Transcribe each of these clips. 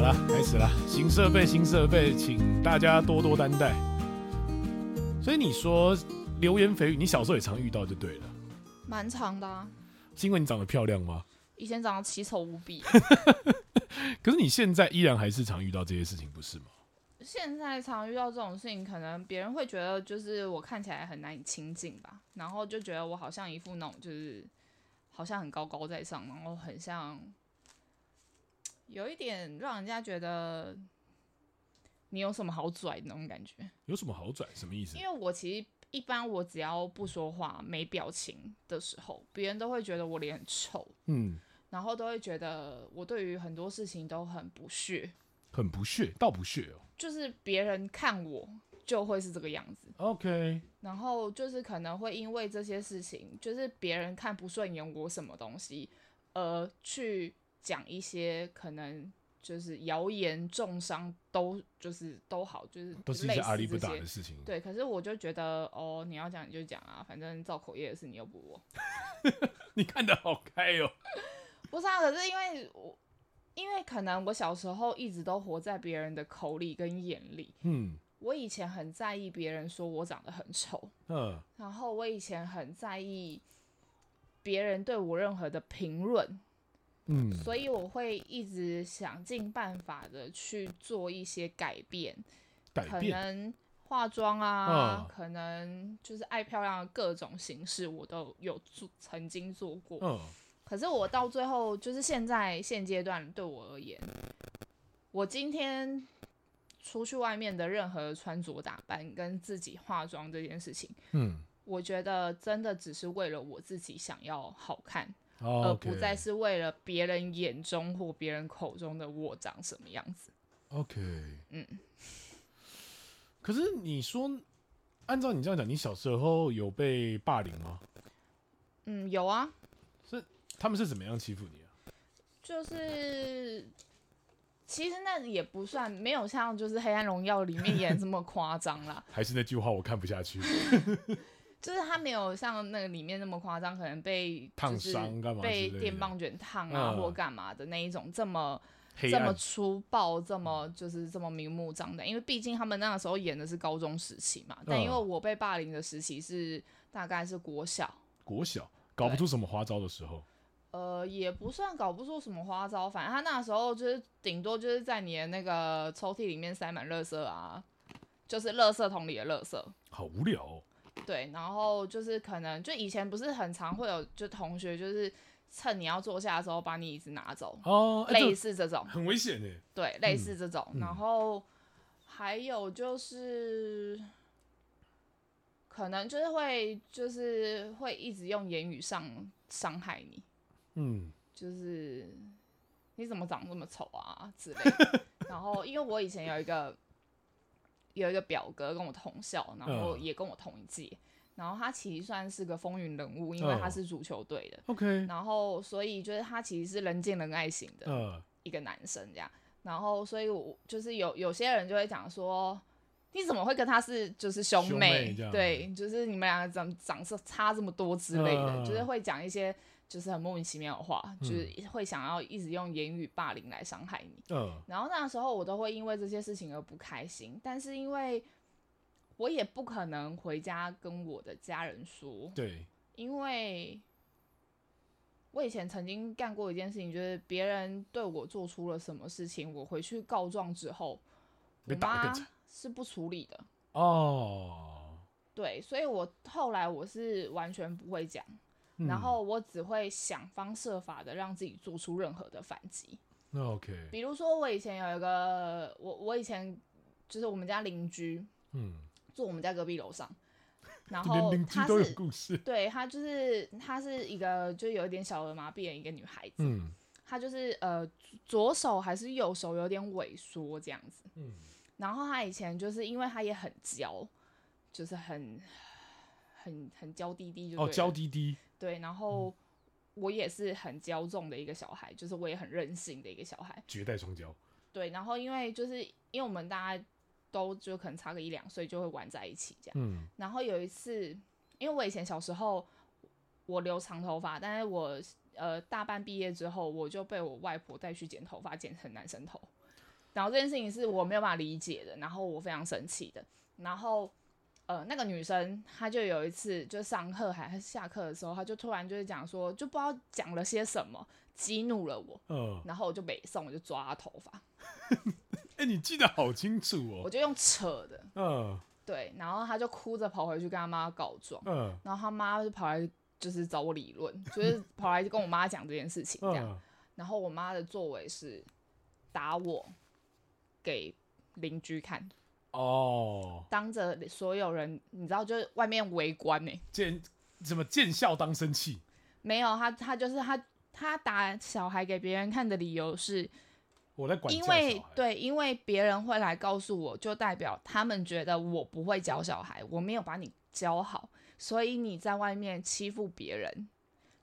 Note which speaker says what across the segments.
Speaker 1: 了，开始了，新设备，新设备，请大家多多担待。所以你说流言蜚语，你小时候也常遇到就对了，
Speaker 2: 蛮长的、啊，
Speaker 1: 是因为你长得漂亮吗？
Speaker 2: 以前长得奇丑无比，
Speaker 1: 可是你现在依然还是常遇到这些事情，不是吗？
Speaker 2: 现在常遇到这种事情，可能别人会觉得就是我看起来很难以亲近吧，然后就觉得我好像一副那种就是好像很高高在上，然后很像有一点让人家觉得你有什么好拽的那种感觉。
Speaker 1: 有什么好转？什么意思
Speaker 2: 因？为我其实一般我只要不说话、没表情的时候，别人都会觉得我脸很臭，
Speaker 1: 嗯，
Speaker 2: 然后都会觉得我对于很多事情都很不屑，
Speaker 1: 很不屑，倒不屑哦。
Speaker 2: 就是别人看我就会是这个样子，
Speaker 1: 哦 OK，
Speaker 2: 然后就是可能会因为这些事情，就是别人看不顺眼我什么东西，而去讲一些可能就是谣言、重伤都就是都好，就是
Speaker 1: 都是一
Speaker 2: 类
Speaker 1: 些
Speaker 2: 似
Speaker 1: 阿力不
Speaker 2: 这
Speaker 1: 打
Speaker 2: 些
Speaker 1: 的事情。
Speaker 2: 对，可是我就觉得哦，你要讲你就讲啊，反正造口业的事你又不我。
Speaker 1: 你看的好开哦。
Speaker 2: 不是啊，可是因为我因为可能我小时候一直都活在别人的口里跟眼里，
Speaker 1: 嗯
Speaker 2: 我以前很在意别人说我长得很丑，
Speaker 1: 嗯，
Speaker 2: 然后我以前很在意别人对我任何的评论，
Speaker 1: 嗯，
Speaker 2: 所以我会一直想尽办法的去做一些改变，
Speaker 1: 改
Speaker 2: 可
Speaker 1: 变
Speaker 2: 能化妆啊，
Speaker 1: 嗯
Speaker 2: 可能就是爱漂亮的各种形式，我都有做，曾经做过。
Speaker 1: 嗯，
Speaker 2: 可是我到最后，就是现在现阶段对我而言，我今天出去外面的任何穿着打扮跟自己化妆这件事情，
Speaker 1: 嗯，
Speaker 2: 我觉得真的只是为了我自己想要好看，
Speaker 1: 哦
Speaker 2: 而
Speaker 1: OK
Speaker 2: 呃不再是为了别人眼中或别人口中的我长什么样子。
Speaker 1: OK，
Speaker 2: 嗯。
Speaker 1: 可是你说，按照你这样讲，你小时候有被霸凌吗？
Speaker 2: 嗯，有啊，
Speaker 1: 他们是怎么样欺负你啊？
Speaker 2: 就是其实那也不算没有像就是《黑暗荣耀》里面演得这么夸 张啦，
Speaker 1: 还是那句话，我看不下去，
Speaker 2: 就是他没有像那个里面那么夸张，可能被
Speaker 1: 烫
Speaker 2: 就是
Speaker 1: 伤干嘛之类
Speaker 2: 被
Speaker 1: 的
Speaker 2: 电棒卷烫啊、
Speaker 1: 嗯
Speaker 2: 或干嘛的那一种这么
Speaker 1: 黑
Speaker 2: 这么
Speaker 1: 暗。嗯
Speaker 2: 粗暴、这么就是这么明目张胆，因为毕竟他们那个时候演的是高中时期嘛，但因为
Speaker 1: 嗯
Speaker 2: 我被霸凌的时期是大概是国小。
Speaker 1: 国小搞不出什么花招的时候，
Speaker 2: 呃，也不算搞不出什么花招，反正他那时候就是顶多就是在你的那个抽屉里面塞满垃圾啊，就是垃圾桶里的垃圾，
Speaker 1: 好无聊、哦。
Speaker 2: 对，然后就是可能就以前不是很常会有就同学就是趁你要坐下的时候把你椅子拿走，
Speaker 1: 哦，哎
Speaker 2: 类
Speaker 1: 这
Speaker 2: 似这种，
Speaker 1: 很危险哎。
Speaker 2: 对，类似这种。
Speaker 1: 嗯
Speaker 2: 然后还有就是，可能就是会就是会一直用言语上伤害你，
Speaker 1: 嗯，
Speaker 2: 就是你怎么长这么丑啊之类 的。然后因为我以前有一个有一个表哥跟我同校，然后
Speaker 1: 嗯
Speaker 2: 也跟我同一届，然后他其实算是个风云人物，因为他
Speaker 1: 哦
Speaker 2: 是足球队的，
Speaker 1: OK，
Speaker 2: 然后所以就是他其实是人见人爱型的
Speaker 1: 呃，
Speaker 2: 一个男生这样。然后所以我就是有有些人就会讲说。你怎么会跟他是就是兄
Speaker 1: 兄妹
Speaker 2: 妹？
Speaker 1: 这样
Speaker 2: 对，就是你们两个长长色差这么多之类的，
Speaker 1: 嗯
Speaker 2: 就是会讲一些就是很莫名其妙的话，
Speaker 1: 嗯
Speaker 2: 就是会想要一直用言语霸凌来伤害你。
Speaker 1: 呃，
Speaker 2: 然后那时候我都会因为这些事情而不开心，但是因为我也不可能回家跟我的家人说，
Speaker 1: 对，
Speaker 2: 因为我以前曾经干过一件事情，就是别人对我做出了什么事情，我回去告状之后，
Speaker 1: 被
Speaker 2: 我
Speaker 1: 打得
Speaker 2: 妈
Speaker 1: 更惨
Speaker 2: 是不处理的。
Speaker 1: 哦，
Speaker 2: 对，所以我后来我是完全不会讲，
Speaker 1: 嗯
Speaker 2: 然后我只会想方设法的让自己做出任何的反击。
Speaker 1: 那 OK，
Speaker 2: 比如说，我以前有一个，我我以前就是我们家邻居
Speaker 1: 嗯，
Speaker 2: 住我们家隔壁楼上，然
Speaker 1: 连
Speaker 2: 后
Speaker 1: 邻居
Speaker 2: 她
Speaker 1: 都有
Speaker 2: 是
Speaker 1: 故事，
Speaker 2: 对她就是她是一个就有一点小儿麻痹的一个女孩子，
Speaker 1: 嗯
Speaker 2: 她就是呃左手还是右手有点萎缩这样子，
Speaker 1: 嗯，
Speaker 2: 然后她以前就是因为她也很娇，就是很很很娇滴滴就对
Speaker 1: 哦，
Speaker 2: 了
Speaker 1: 娇嗯滴滴，
Speaker 2: 对，然后我也是很骄纵的一个小孩，就是我也很任性的一个小孩。
Speaker 1: 绝代双骄，
Speaker 2: 对，然后因为就是因为我们大家都就可能差个一两岁就会玩在一起这样。
Speaker 1: 嗯
Speaker 2: 然后有一次，因为我以前小时候我留长头发，但是我呃大班毕业之后，我就被我外婆带去剪头发，剪成男生头。然后这件事情是我没有办法理解的，然后我非常生气的。然后呃，那个女生她就有一次就上课还是下课的时候，她就突然就是讲说，就不知道讲了些什么，激怒了我，
Speaker 1: 嗯，
Speaker 2: 然后我就北送，我就抓她头发，
Speaker 1: 哎、你记得好清楚
Speaker 2: 我
Speaker 1: 哦。
Speaker 2: 就用扯的，
Speaker 1: 嗯
Speaker 2: 对，然后她就哭着跑回去跟她妈告状，
Speaker 1: 嗯
Speaker 2: 然后她妈就跑来就是找我理论， 就是跑来就跟我妈讲这件事情这样。
Speaker 1: 嗯，
Speaker 2: 然后我妈的作为是打我给邻居看，
Speaker 1: 哦，
Speaker 2: 当着所有人，你知道，就是外面围观呢、
Speaker 1: 见什么见笑当生气，
Speaker 2: 没有，他他就是他他打小孩给别人看的理由是
Speaker 1: 我在管教
Speaker 2: 因
Speaker 1: 小孩
Speaker 2: 为对，因为别人会来告诉我，就代表他们觉得我不会教小孩，我没有把你教好，所以你在外面欺负别人。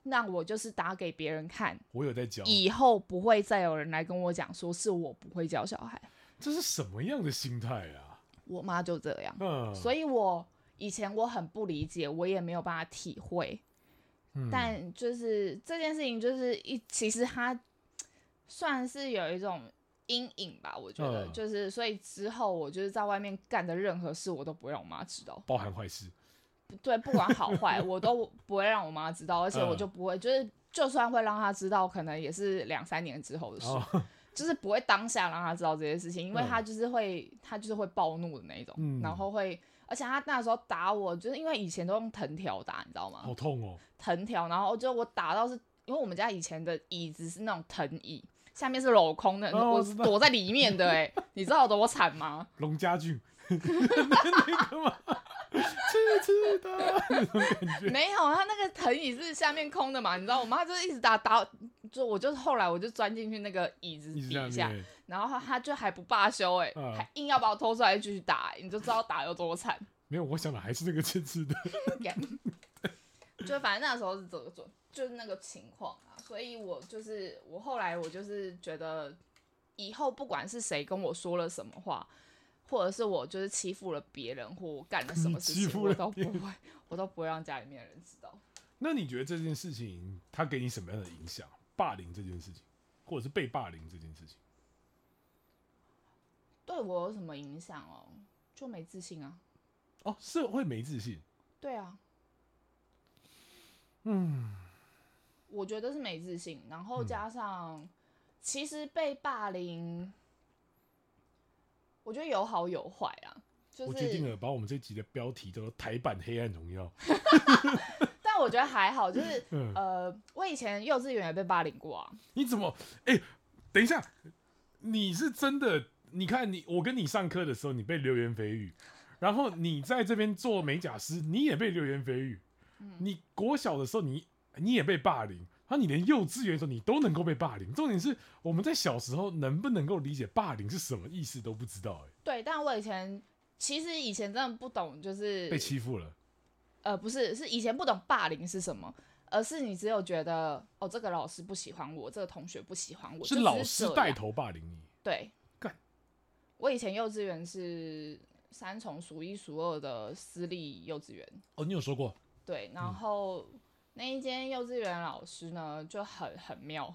Speaker 2: 那我就是打给别人看，
Speaker 1: 我有在教，
Speaker 2: 以后不会再有人来跟我讲说是我不会教小孩。
Speaker 1: 这是什么样的心态啊？
Speaker 2: 我妈就这样，
Speaker 1: 嗯，
Speaker 2: 所以我以前我很不理解，我也没有办法体会。
Speaker 1: 嗯
Speaker 2: 但就是这件事情，就是一其实它算是有一种阴影吧，我觉得、
Speaker 1: 嗯
Speaker 2: 就是，所以之后我就是在外面干的任何事，我都不会让我妈知道。
Speaker 1: 包含坏事，
Speaker 2: 不对，不管好坏，我都不会让我妈知道，而且我
Speaker 1: 嗯
Speaker 2: 就不会，就是就算会让她知道，可能也是两三年之后的事，
Speaker 1: 哦，
Speaker 2: 就是不会当下让她知道这些事情，因为
Speaker 1: 嗯
Speaker 2: 她就是会，她就是会暴怒的那一种，
Speaker 1: 嗯
Speaker 2: 然后会，而且她那时候打我，就是因为以前都用藤条打，你知道吗？
Speaker 1: 好痛哦，
Speaker 2: 藤条，然后就我打到是因为我们家以前的椅子是那种藤椅，下面是镂空的，
Speaker 1: 哦我
Speaker 2: 我
Speaker 1: 知道
Speaker 2: 躲在里面 的、欸，你知道我多惨吗？
Speaker 1: 龙家俊， 那个嘛，痴痴的，
Speaker 2: 没有，啊他那个藤椅是下面空的嘛，你知道我妈就是一直打打，就我就是后来我就钻进去那个椅子
Speaker 1: 你是
Speaker 2: 底
Speaker 1: 这
Speaker 2: 下
Speaker 1: 样，子，
Speaker 2: 然后她就还不罢休、欸，哎、
Speaker 1: 嗯
Speaker 2: 还硬要把我拖出来继续打、欸你就知道打有多惨。
Speaker 1: 没有，我想的还是那个痴痴的，
Speaker 2: 就反正那时候是这个状，就是那个情况啊，所以我就是我后来我就是觉得，以后不管是谁跟我说了什么话，或者是我就是欺负了别人或我干了什么事
Speaker 1: 欺
Speaker 2: 情，
Speaker 1: 负
Speaker 2: 我
Speaker 1: 了
Speaker 2: 都不会，我都不会让家里面的人知道。
Speaker 1: 那你觉得这件事情它给你什么样的影响？霸凌这件事情，或者是被霸凌这件事情，
Speaker 2: 对我有什么影响哦？就没自信啊。
Speaker 1: 哦，社会没自信，
Speaker 2: 对啊，
Speaker 1: 嗯，
Speaker 2: 我觉得是没自信，然后加上、其实被霸凌，我觉得有好有坏啊。就是
Speaker 1: 我决定了，把我们这集的标题叫做“台版黑暗荣耀
Speaker 2: 但我觉得还好，就是”。
Speaker 1: 嗯，
Speaker 2: 呃，我以前幼稚园也被霸凌过啊，
Speaker 1: 你怎么？哎、等一下，你是真的？你看你，我跟你上课的时候，你被流言蜚语，然后你在这边做美甲师，你也被流言蜚语。
Speaker 2: 嗯
Speaker 1: 你国小的时候你，你也被霸凌，然后你连幼稚园的时候，你都能够被霸凌。重点是我们在小时候能不能够理解霸凌是什么意思都不知道、哎，
Speaker 2: 对，但我以前其实以前真的不懂，就是
Speaker 1: 欸被欺负了，
Speaker 2: 呃不是，是以前不懂霸凌是什么，而是你只有觉得哦这个老师不喜欢我，这个同学不喜欢我，
Speaker 1: 是
Speaker 2: 就只
Speaker 1: 老
Speaker 2: 是
Speaker 1: 师
Speaker 2: 这
Speaker 1: 带
Speaker 2: 样
Speaker 1: 头霸凌你。
Speaker 2: 对
Speaker 1: 干。
Speaker 2: 我以前幼稚园是三重数一数二的私立幼稚园，
Speaker 1: 哦，你有说过，
Speaker 2: 对，然
Speaker 1: 嗯
Speaker 2: 后那一间幼稚园老师呢就很很妙，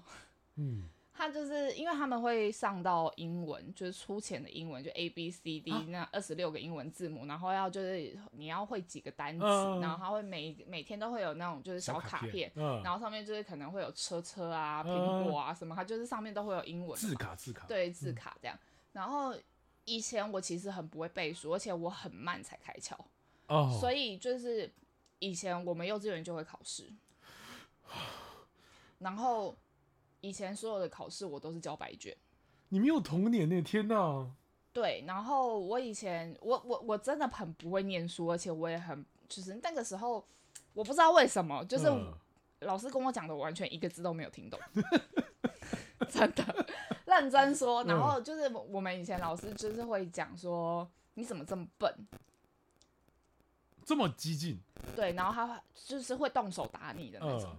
Speaker 1: 嗯，
Speaker 2: 他就是因为他们会上到英文，就是粗浅的英文，就 A B C D、
Speaker 1: 啊
Speaker 2: 那二十六个英文字母，然后要就是你要会几个单词，
Speaker 1: 嗯
Speaker 2: 然后他会每每天都会有那种就是小卡
Speaker 1: 卡
Speaker 2: 片，，
Speaker 1: 嗯，
Speaker 2: 然后上面就是可能会有车车啊、
Speaker 1: 嗯
Speaker 2: 苹果啊什么，它就是上面都会有英文的
Speaker 1: 字
Speaker 2: 嘛
Speaker 1: 卡字卡，
Speaker 2: 对字卡这样。然后以前我其实很不会背书，而且我很慢才开窍，
Speaker 1: 哦，
Speaker 2: 所以就是以前我们幼稚园就会考试，然后以前所有的考试我都是交白卷。
Speaker 1: 你没有童年呢，天哪！
Speaker 2: 对，然后我以前我我我真的很不会念书，而且我也很就是那个时候我不知道为什么，就是
Speaker 1: 嗯
Speaker 2: 老师跟我讲的，我完全一个字都没有听懂， 真的认真说。然后就是我们以前老师就是会讲说你怎么这么笨，
Speaker 1: 这么激进，
Speaker 2: 对，然后他就是会动手打你的那种。
Speaker 1: 嗯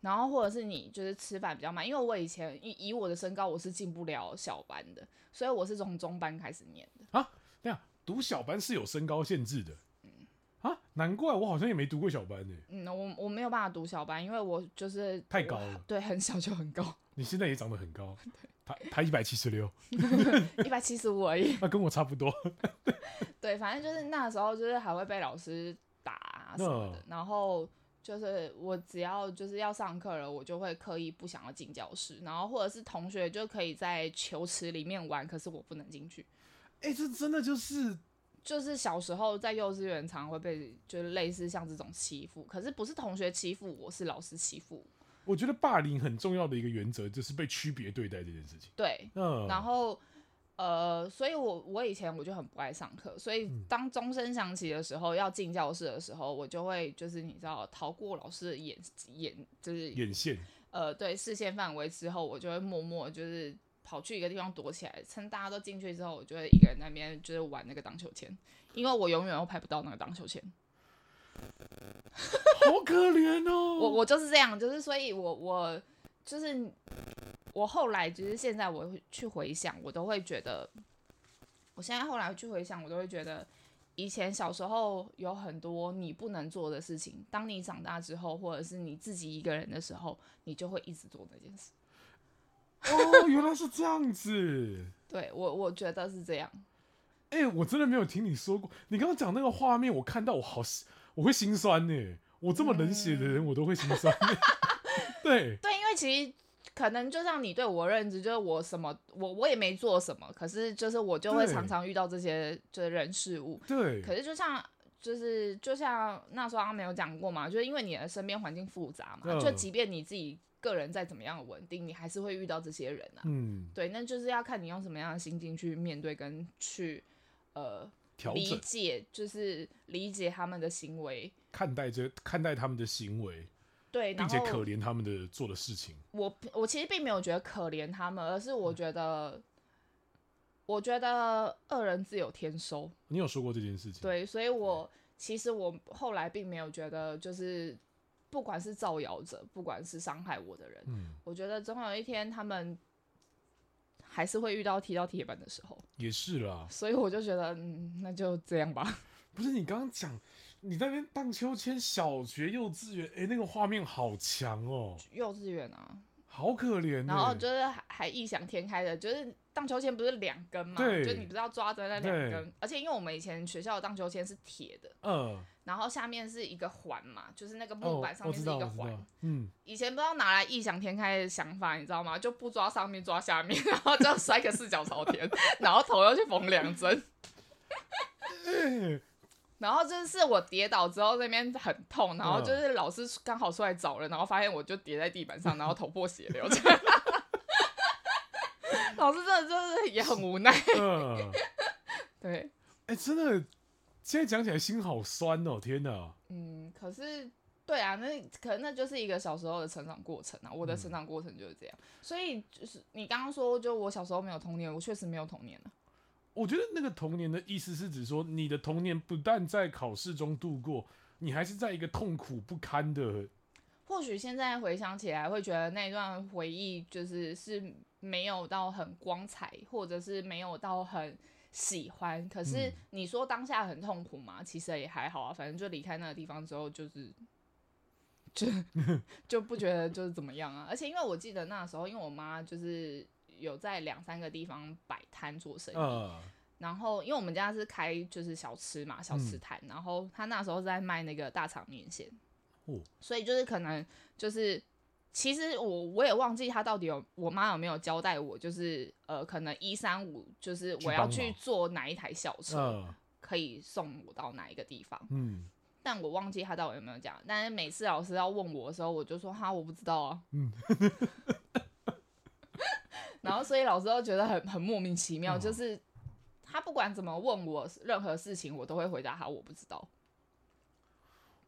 Speaker 2: 然后或者是你就是吃饭比较慢，因为我以前以以我的身高我是进不了小班的，所以我是从中班开始念的。
Speaker 1: 啊，对啊，读小班是有身高限制的，
Speaker 2: 嗯
Speaker 1: 啊，难怪我好像也没读过小班呢、
Speaker 2: 嗯，我我没有办法读小班，因为我就是
Speaker 1: 太高了
Speaker 2: 对，很小就很高，
Speaker 1: 你现在也长得很 高，他他一百七十六，
Speaker 2: 一百七十五而已。
Speaker 1: 那跟我差不多。
Speaker 2: 对，反正就是那时候就是还会被老师打啊什么
Speaker 1: 嗯
Speaker 2: 的，然后就是我只要就是要上课了，我就会刻意不想要进教室，然后或者是同学就可以在球池里面玩，可是我不能进去。
Speaker 1: 哎、这真的就是
Speaker 2: 就是小时候在幼稚园常常会被就是类似像这种欺负，可是不是同学欺负我，是老师欺负我。
Speaker 1: 我觉得霸凌很重要的一个原则，就是被区别对待这件事情。
Speaker 2: 对，
Speaker 1: 嗯，
Speaker 2: 然后呃，所以我我以前我就很不爱上课，所
Speaker 1: 嗯
Speaker 2: 以当钟声响起的时候，要进教室的时候，我就会就是你知道逃过老师的眼眼，就是
Speaker 1: 眼 线，
Speaker 2: 呃对视线范围之后，我就会默默就是。跑去一个地方躲起来，趁大家都进去之后，我就会一个人在那边就是玩那个荡秋千，因为我永远都拍不到那个荡秋千。
Speaker 1: 好可怜哦。
Speaker 2: 我我就是这样，就是所以我，我就是我后来，就是现在我会去回想，我都会觉得，我现在后来去回想，我都会觉得，以前小时候有很多你不能做的事情，当你长大之后，或者是你自己一个人的时候，你就会一直做那件事。
Speaker 1: 哦，原来是这样子。
Speaker 2: 对我，我觉得是这样。
Speaker 1: 哎、我真的没有听你说过。你刚刚讲那个画面，我看到我好心，我会心酸呢、我这么冷血的人，我都会心酸、 对，
Speaker 2: 对，因为其实可能就像你对我的认知，就是我什么我我也没做什么，可是就是我就会
Speaker 1: 对
Speaker 2: 常常遇到这些就是人事物。
Speaker 1: 对，
Speaker 2: 可是就像就是就像那时候他没有讲过嘛，就是因为你的身边环境复杂嘛，
Speaker 1: 嗯
Speaker 2: 就即便你自己个人再怎么样稳定，你还是会遇到这些人啊。
Speaker 1: 嗯，
Speaker 2: 对，那就是要看你用什么样的心境去面对跟去呃
Speaker 1: 调
Speaker 2: 理
Speaker 1: 整
Speaker 2: 解，就是理解他们的行为。
Speaker 1: 看待这看待他们的行为，
Speaker 2: 对，
Speaker 1: 并
Speaker 2: 然
Speaker 1: 且可
Speaker 2: 后
Speaker 1: 怜他们的做的事情。
Speaker 2: 我我其实并没有觉得可怜他们，而是我觉得，我觉得恶人自有天收。
Speaker 1: 你有说过这件事情？，
Speaker 2: 对，所以我其实我后来并没有觉得，就是不管是造谣者，不管是伤害我的人，
Speaker 1: 嗯，
Speaker 2: 我觉得总有一天他们还是会遇到踢到铁板的时候，
Speaker 1: 也是啦。
Speaker 2: 所以我就觉得，嗯，那就这样吧。
Speaker 1: 不是你刚刚讲，你那边荡秋千，小学、幼稚园，哎、那个画面好强哦、
Speaker 2: 幼稚园啊，
Speaker 1: 好可怜、欸。
Speaker 2: 然后就是还还异想天开的，就是荡秋千不是两根嘛，
Speaker 1: 对
Speaker 2: 就你不是要抓着那
Speaker 1: 对
Speaker 2: 两根，而且因为我们以前学校的荡秋千是铁的，
Speaker 1: 嗯，
Speaker 2: 然后下面是一个环嘛，就是那个木
Speaker 1: 哦
Speaker 2: 板，上
Speaker 1: 我
Speaker 2: 面
Speaker 1: 知
Speaker 2: 是
Speaker 1: 道，
Speaker 2: 一个
Speaker 1: 我知
Speaker 2: 环，
Speaker 1: 道，嗯，
Speaker 2: 以前不知道拿来异想天开的想法，你知道吗？就不抓上面，抓下面， 然后就摔个四脚朝天，然后头又去缝两针，
Speaker 1: 哎
Speaker 2: 然后就是我跌倒之后那边很痛，然后就是老师刚好出来找人，然后发现我就跌在地板上，然后头破血流。这样 老师真的就是也很无奈，
Speaker 1: 嗯，
Speaker 2: 对，
Speaker 1: 哎、真的，现在讲起来心好酸哦、天哪！
Speaker 2: 嗯，可是。对啊，那可能那就是一个小时候的成长过程啊。我的成长过程就是这样，所以就是你刚刚说，就我小时候没有童年，我确实没有童年啊。
Speaker 1: 我觉得那个童年的意思是指说，你的童年不但在考试中度过，你还是在一个痛苦不堪的。
Speaker 2: 或许现在回想起来，会觉得那段回忆就是是没有到很光彩，或者是没有到很喜欢。可是
Speaker 1: 嗯
Speaker 2: 你说当下很痛苦嘛，其实也还好啊，反正就离开那个地方之后，就是就就不觉得就是怎么样啊。而且因为我记得那时候，因为我妈就是有在两三个地方摆摊做生意，
Speaker 1: 呃，
Speaker 2: 然后因为我们家是开就是小吃嘛，小
Speaker 1: 嗯
Speaker 2: 吃摊，然后他那时候在卖那个大肠面线，
Speaker 1: 哦
Speaker 2: 所以就是可能就是其实我我也忘记他到底有我妈有没有交代我，就是呃可能一三五就是我要
Speaker 1: 去帮
Speaker 2: 去
Speaker 1: 忙
Speaker 2: 坐哪一台小车，
Speaker 1: 呃，
Speaker 2: 可以送我到哪一个地方，
Speaker 1: 嗯
Speaker 2: 但我忘记他到底有没有讲。但是每次老师要问我的时候，我就说哈我不知道啊，
Speaker 1: 嗯，
Speaker 2: 然后所以老师都觉得很很莫名其妙，
Speaker 1: 哦
Speaker 2: 就是他不管怎么问我任何事情，我都会回答他我不知道。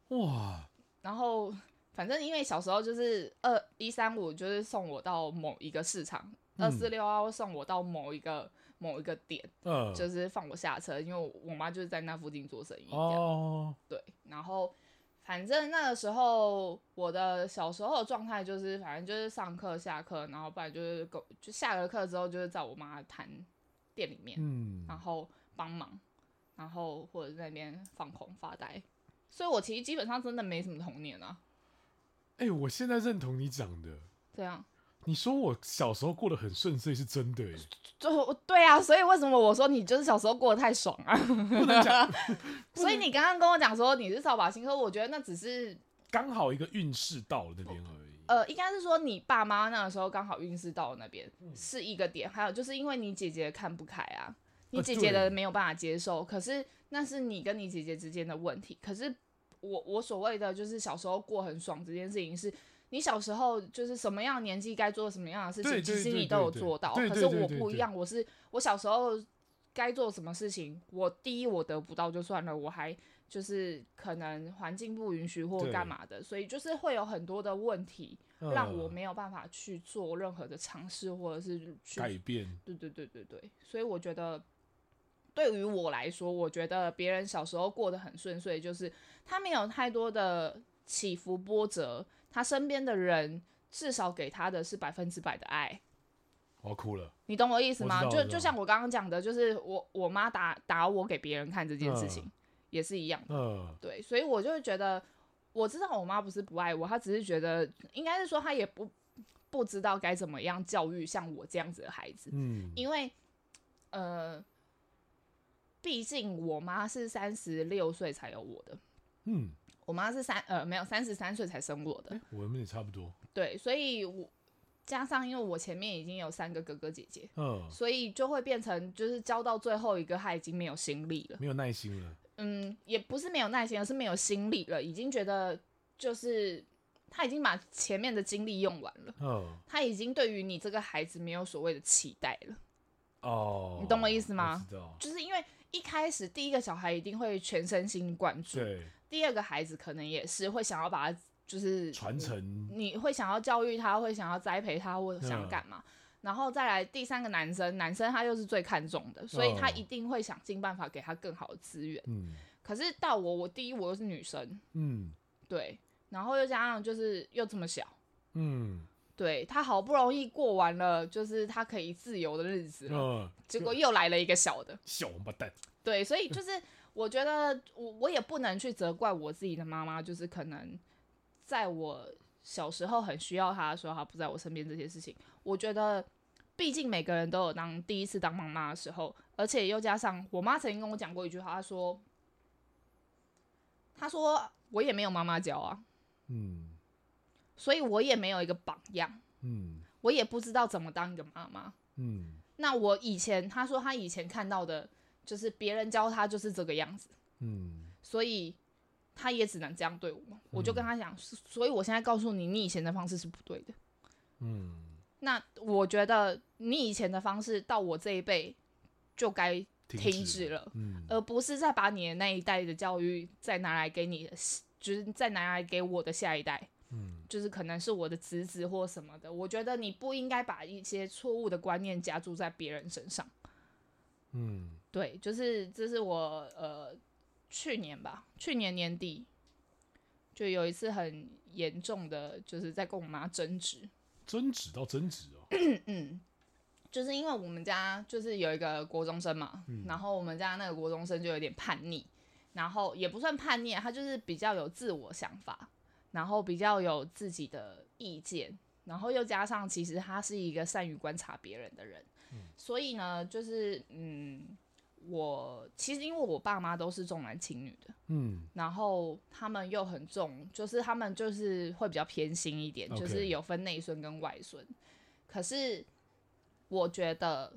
Speaker 1: 哇，
Speaker 2: 然后反正因为小时候就是二一三五就是送我到某一个市场，
Speaker 1: 嗯
Speaker 2: 二四六啊会送我到某一个某一个点，
Speaker 1: 呃，
Speaker 2: 就是放我下车，因为我我妈就是在那附近做生意这样。
Speaker 1: 哦，
Speaker 2: 对，然后反正那个时候我的小时候的状态就是，反正就是上课下课，然后不然就是跟就下了课之后就是在我妈摊店里面，
Speaker 1: 嗯，
Speaker 2: 然后帮忙，然后或者在那边放空发呆。所以我其实基本上真的没什么童年啊，
Speaker 1: 哎、我现在认同你讲的，
Speaker 2: 这样
Speaker 1: 你说我小时候过得很顺遂是真的、欸，
Speaker 2: 就对啊，所以为什么我说你就是小时候过得太爽啊？
Speaker 1: 不能讲
Speaker 2: 所以你刚刚跟我讲说你是扫把星科，我觉得那只是
Speaker 1: 刚好一个运势到了那边而已。
Speaker 2: 呃，应该是说你爸妈那个时候刚好运势到了那边、
Speaker 1: 嗯
Speaker 2: 是一个点，还有就是因为你姐姐看不开啊，你
Speaker 1: 呃
Speaker 2: 姐姐
Speaker 1: 对
Speaker 2: 的没有办法接受，可是那是你跟你姐姐之间的问题。可是我我所谓的就是小时候过很爽这件事情是。你小时候就是什么样的年纪该做什么样的事情，
Speaker 1: 对
Speaker 2: 其
Speaker 1: 对
Speaker 2: 实
Speaker 1: 对
Speaker 2: 你都有
Speaker 1: 对
Speaker 2: 做到。
Speaker 1: 对
Speaker 2: 可
Speaker 1: 对
Speaker 2: 是
Speaker 1: 对
Speaker 2: 我
Speaker 1: 对
Speaker 2: 不一
Speaker 1: 对
Speaker 2: 样，我是我小时候该做什么事情，我第一我得不到就算了，我还就是可能环境不允许或
Speaker 1: 对
Speaker 2: 干嘛的，所以就是会有很多的问题。
Speaker 1: 嗯
Speaker 2: 让我没有办法去做任何的尝试，或者是去
Speaker 1: 改变，
Speaker 2: 对对对对对，所以我觉得对于我来说，我觉得别人小时候过得很顺遂，就是他没有太多的起伏波折，他身边的人至少给他的是百分之百的爱。
Speaker 1: 我要哭了。
Speaker 2: 你懂我意思
Speaker 1: 我
Speaker 2: 吗？
Speaker 1: 知道
Speaker 2: 就
Speaker 1: 我知道
Speaker 2: 就像我刚刚讲的，就是我我妈打打我给别人看这件事情、
Speaker 1: 嗯
Speaker 2: 也是一样的。
Speaker 1: 嗯，
Speaker 2: 对，所以我就会觉得，我知道我妈不是不爱我，她只是觉得，应该是说她也不不知道该怎么样教育像我这样子的孩子，
Speaker 1: 嗯，
Speaker 2: 因为，呃，毕竟我妈是三十六岁才有我的，
Speaker 1: 嗯，
Speaker 2: 我妈是三呃没有三十三岁才生我的，
Speaker 1: 我们也差不多。
Speaker 2: 对，所以我加上因为我前面已经有三个哥哥姐姐，
Speaker 1: 嗯，
Speaker 2: 所以就会变成就是教到最后一个，她已经没有心力了。
Speaker 1: 没有耐心了。
Speaker 2: 嗯，也不是没有耐心，而是没有心力了，已经觉得就是他已经把前面的精力用完了，
Speaker 1: 嗯，
Speaker 2: 他已经对于你这个孩子没有所谓的期待了，
Speaker 1: 哦，
Speaker 2: 你懂我意思吗
Speaker 1: 知道。
Speaker 2: 就是因为一开始第一个小孩一定会全身心关注，
Speaker 1: 对，
Speaker 2: 第二个孩子可能也是会想要把他就是
Speaker 1: 传承，
Speaker 2: 你会想要教育他，会想要栽培他，或者想要
Speaker 1: 嗯
Speaker 2: 干嘛。然后再来第三个男生，男生他又是最看重的，所以他
Speaker 1: 哦
Speaker 2: 一定会想尽办法给他更好的资源。
Speaker 1: 嗯
Speaker 2: 可是到我，我第一我又是女生，
Speaker 1: 嗯
Speaker 2: 对，然后又加上就是又这么小，
Speaker 1: 嗯
Speaker 2: 对他好不容易过完了，就是他可以自由的日子了，
Speaker 1: 嗯，
Speaker 2: 结果又来了一个小的，
Speaker 1: 小王八蛋。
Speaker 2: 对，所以就是我觉得我我也不能去责怪我自己的妈妈，就是可能在我小时候很需要她的时候，她不在我身边这些事情，我觉得。毕竟每个人都有当第一次当妈妈的时候，而且又加上我妈曾经跟我讲过一句话，她说：“她说我也没有妈妈教啊，
Speaker 1: 嗯
Speaker 2: 所以我也没有一个榜样，
Speaker 1: 嗯
Speaker 2: 我也不知道怎么当一个妈妈。
Speaker 1: 嗯
Speaker 2: 那我以前他说他以前看到的，就是别人教他就是这个样子，
Speaker 1: 嗯，
Speaker 2: 所以他也只能这样对我。我就跟他讲，是所以我现在告诉你，你以前的方式是不对的。
Speaker 1: 嗯，
Speaker 2: 那我觉得你以前的方式到我这一辈就该停止
Speaker 1: 了。
Speaker 2: 了，
Speaker 1: 嗯
Speaker 2: 而不是再把你的那一代的教育再拿来给你的，就是再拿来给我的下一代。
Speaker 1: 嗯
Speaker 2: 就是可能是我的侄子或什么的，我觉得你不应该把一些错误的观念加注在别人身上。
Speaker 1: 嗯
Speaker 2: 对，就是这是我呃去年吧，去年年底就有一次很严重的，就是在跟我妈争执，
Speaker 1: 争执到争执哦。
Speaker 2: 就是因为我们家就是有一个国中生嘛，然后我们家那个国中生就有点叛逆，然后也不算叛逆啊，他就是比较有自我想法，然后比较有自己的意见，然后又加上其实他是一个善于观察别人的人，所以呢，就是嗯，我其实因为我爸妈都是重男轻女的，
Speaker 1: 嗯
Speaker 2: 然后他们又很重，就是他们就是会比较偏心一点
Speaker 1: OK
Speaker 2: 就是有分内孙跟外孙。可是我觉得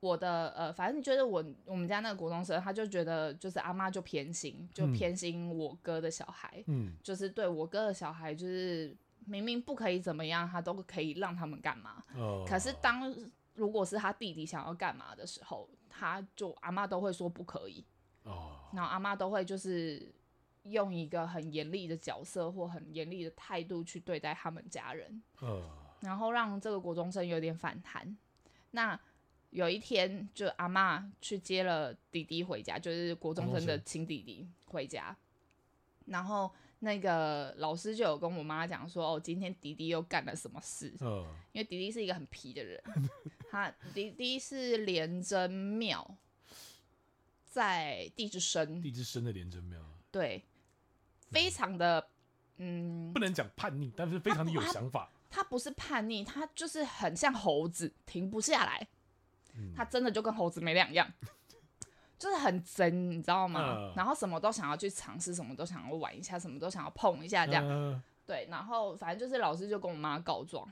Speaker 2: 我的呃，反正就是我我们家那个国中生，他就觉得就是阿妈就偏心，就
Speaker 1: 嗯
Speaker 2: 偏心我哥的小孩，
Speaker 1: 嗯
Speaker 2: 就是对我哥的小孩，就是明明不可以怎么样，他都可以让他们干嘛。
Speaker 1: 哦。
Speaker 2: 可是当如果是他弟弟想要干嘛的时候，他就阿妈都会说不可以。
Speaker 1: 哦，
Speaker 2: 然后阿妈都会就是用一个很严厉的角色或很严厉的态度去对待他们家人，
Speaker 1: 呃，
Speaker 2: 然后让这个国中生有点反弹。那有一天，就阿妈去接了弟弟回家，就是国中生的亲弟弟回家，然后那个老师就有跟我妈讲说，哦，今天弟弟又干了什么事，
Speaker 1: 呃，
Speaker 2: 因为迪迪是一个很皮的人，他迪迪是廉贞庙在地之深，
Speaker 1: 地之深的廉贞庙，
Speaker 2: 对，非常的嗯，嗯
Speaker 1: 不能讲叛逆，但是非常的有想法。
Speaker 2: 他不是叛逆，他就是很像猴子，停不下来。
Speaker 1: 嗯
Speaker 2: 他真的就跟猴子没两 样，就是很真，你知道吗？
Speaker 1: 嗯
Speaker 2: 然后什么都想要去尝试，什么都想要玩一下，什么都想要碰一下，这样。
Speaker 1: 呃
Speaker 2: 对，然后反正就是老师就跟我妈告状，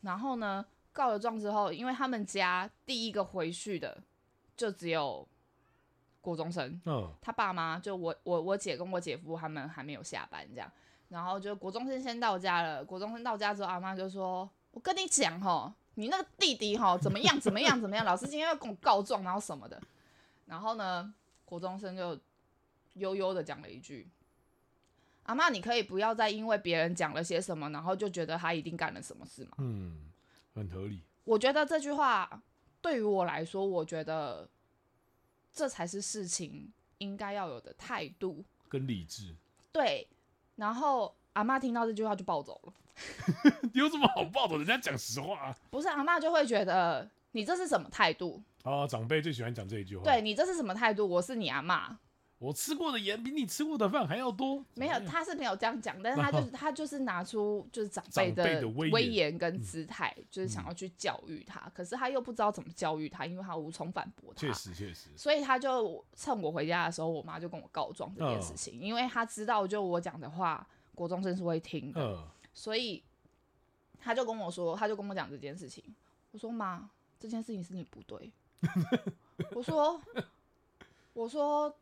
Speaker 2: 然后呢，告了状之后，因为他们家第一个回去的就只有国中生，
Speaker 1: 嗯
Speaker 2: 他爸妈就我我我姐跟我姐夫他们还没有下班这样，然后就国中生先到家了，国中生到家之后，阿妈就说：“我跟你讲吼，你那个弟弟吼怎么样怎么样怎么样，老师今天要跟我告状，然后什么的。”然后呢，国中生就悠悠的讲了一句：“阿妈，你可以不要再因为别人讲了些什么，然后就觉得他一定干了什么事吗？”
Speaker 1: 嗯，很合理。
Speaker 2: 我觉得这句话对于我来说，我觉得这才是事情应该要有的态度。
Speaker 1: 跟理智
Speaker 2: 对，然后阿妈听到这句话就暴走了。
Speaker 1: 有什么好报的？人家讲实话啊！
Speaker 2: 不是阿妈就会觉得你这是什么态度？
Speaker 1: 啊，长辈最喜欢讲这一句话。
Speaker 2: 对你这是什么态度？我是你阿妈，
Speaker 1: 我吃过的盐比你吃过的饭还要多。嗯
Speaker 2: 没有，
Speaker 1: 怎么样
Speaker 2: 他是没有这样讲，但是 他就是他就是拿出就是长辈
Speaker 1: 长辈的威
Speaker 2: 威
Speaker 1: 严嗯
Speaker 2: 严跟姿态，就是想要去教育他，可是他又不知道怎么教育他，因为他无从反驳他
Speaker 1: 确。实确实，
Speaker 2: 所以他就趁我回家的时候，我妈就跟我告状这件
Speaker 1: 嗯
Speaker 2: 事情，因为他知道就我讲的话，国中生是会听的，
Speaker 1: 嗯，
Speaker 2: 所以他就跟我说，他就跟我讲这件事情。我说妈，这件事情是你不对。 我说，我说，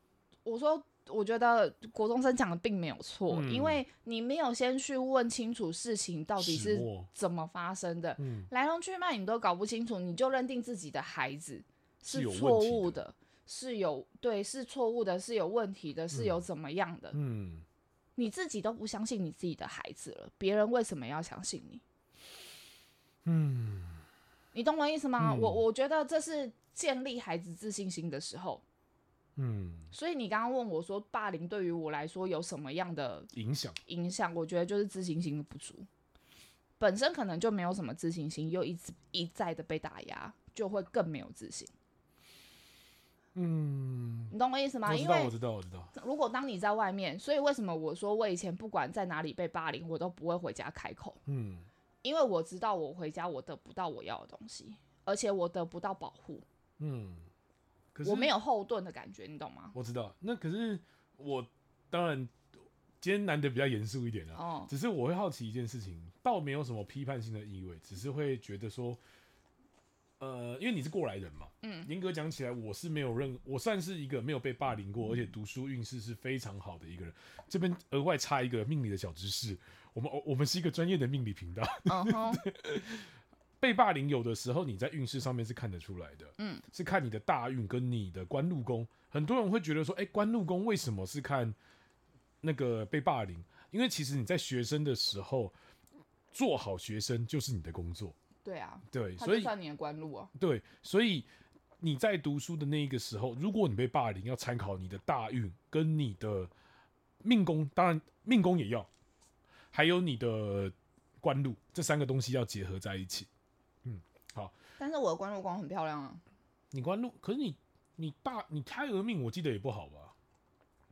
Speaker 2: 我说，我觉得国中生讲的并没有错，
Speaker 1: 嗯
Speaker 2: 因为你没有先去问清楚事情到底
Speaker 1: 始
Speaker 2: 是
Speaker 1: 末
Speaker 2: 怎么发生的，
Speaker 1: 嗯
Speaker 2: 来龙去脉你都搞不清楚，你就认定自己的孩子
Speaker 1: 是有问
Speaker 2: 错
Speaker 1: 题
Speaker 2: 误
Speaker 1: 的
Speaker 2: 的，是有对，是错误的，是有问题的，是有怎么样的，
Speaker 1: 嗯，
Speaker 2: 你自己都不相信你自己的孩子了，别人为什么要相信你？
Speaker 1: 嗯，
Speaker 2: 你懂我意思吗？
Speaker 1: 嗯
Speaker 2: 我我觉得这是建立孩子自信心的时候。
Speaker 1: 嗯，
Speaker 2: 所以你刚刚问我说，霸凌对于我来说有什么样的
Speaker 1: 影响
Speaker 2: 影响？我觉得就是自信心的不足，本身可能就没有什么自信心，又一直一再的被打压，就会更没有自信。
Speaker 1: 嗯，
Speaker 2: 你懂我意思吗？
Speaker 1: 我知
Speaker 2: 因
Speaker 1: 道，我
Speaker 2: 为
Speaker 1: 知道，我知道。
Speaker 2: 如果当你在外面，所以为什么我说我以前不管在哪里被霸凌，我都不会回家开口，
Speaker 1: 嗯
Speaker 2: 因为我知道我回家我得不到我要的东西，而且我得不到保护，
Speaker 1: 嗯，可是
Speaker 2: 我没，有后盾的感觉，你懂吗？
Speaker 1: 我知道。那可是我当然今天难得比较严肃一点啊，
Speaker 2: 哦，
Speaker 1: 只是我会好奇一件事情，倒没有什么批判性的意味，只是会觉得说，呃，因为你是过来人嘛，
Speaker 2: 嗯，
Speaker 1: 严格讲起来，我是没有任，我算是一个没有被霸凌过，而且读书运势是非常好的一个人。这边额外插一个命理的小知识，我们我们是一个专业的命理频道，
Speaker 2: 嗯哼，
Speaker 1: 被霸凌有的时候你在运势上面是看得出来的，
Speaker 2: 嗯，
Speaker 1: 是看你的大运跟你的官禄宫。很多人会觉得说，哎、官禄宫为什么是看那个被霸凌？因为其实你在学生的时候做好学生就是你的工作，
Speaker 2: 对啊，
Speaker 1: 对，
Speaker 2: 他
Speaker 1: 所
Speaker 2: 就
Speaker 1: 以
Speaker 2: 算你的官路啊，
Speaker 1: 对，所以你在读书的那一个时候，如果你被霸凌，要参考你的大运跟你的命宫，当然命宫也要，还有你的官禄，这三个东西要结合在一起。
Speaker 2: 但是我的官路光很漂亮啊，
Speaker 1: 你官禄，可是你你大你胎儿命，我记得也不好吧？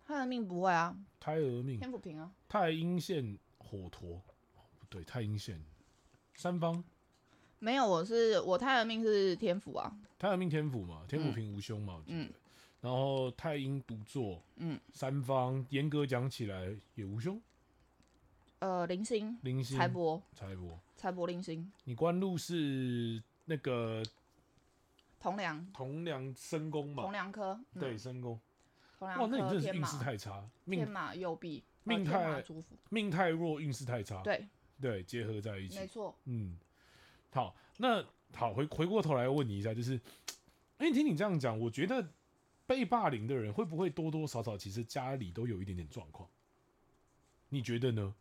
Speaker 2: 他的命不会啊，
Speaker 1: 胎儿命，
Speaker 2: 天府平啊，
Speaker 1: 太阴线火陀，哦不对，太阴线三方，
Speaker 2: 没有，我是我他的命是天府啊，
Speaker 1: 胎儿命天府嘛，天府
Speaker 2: 嗯
Speaker 1: 平无凶嘛，我记得。
Speaker 2: 嗯
Speaker 1: 然后太阴独坐，
Speaker 2: 嗯，
Speaker 1: 三方严格讲起来也无凶，
Speaker 2: 呃，零星
Speaker 1: 零星
Speaker 2: 财帛
Speaker 1: 财帛，
Speaker 2: 财帛零星
Speaker 1: 你官禄是那个
Speaker 2: 同梁
Speaker 1: 同梁申宫
Speaker 2: 同
Speaker 1: 嘛？
Speaker 2: 梁科，嗯
Speaker 1: 对，，申宫。
Speaker 2: 同
Speaker 1: 哇，
Speaker 2: 梁
Speaker 1: 那你
Speaker 2: 科
Speaker 1: 真的
Speaker 2: 天
Speaker 1: 是运势
Speaker 2: 马
Speaker 1: 太差，
Speaker 2: 天
Speaker 1: 命
Speaker 2: 马右臂呃
Speaker 1: 命
Speaker 2: 天马
Speaker 1: 太
Speaker 2: 祝福，
Speaker 1: 命太弱，运势太差。
Speaker 2: 对，
Speaker 1: 对，结合在一起
Speaker 2: 没。错，
Speaker 1: 嗯，好，那好，回回过头来问你一下，就是，因为听你这样讲，我觉得被霸凌的人会不会多多少少其实家里都有一点点状况？你觉得呢？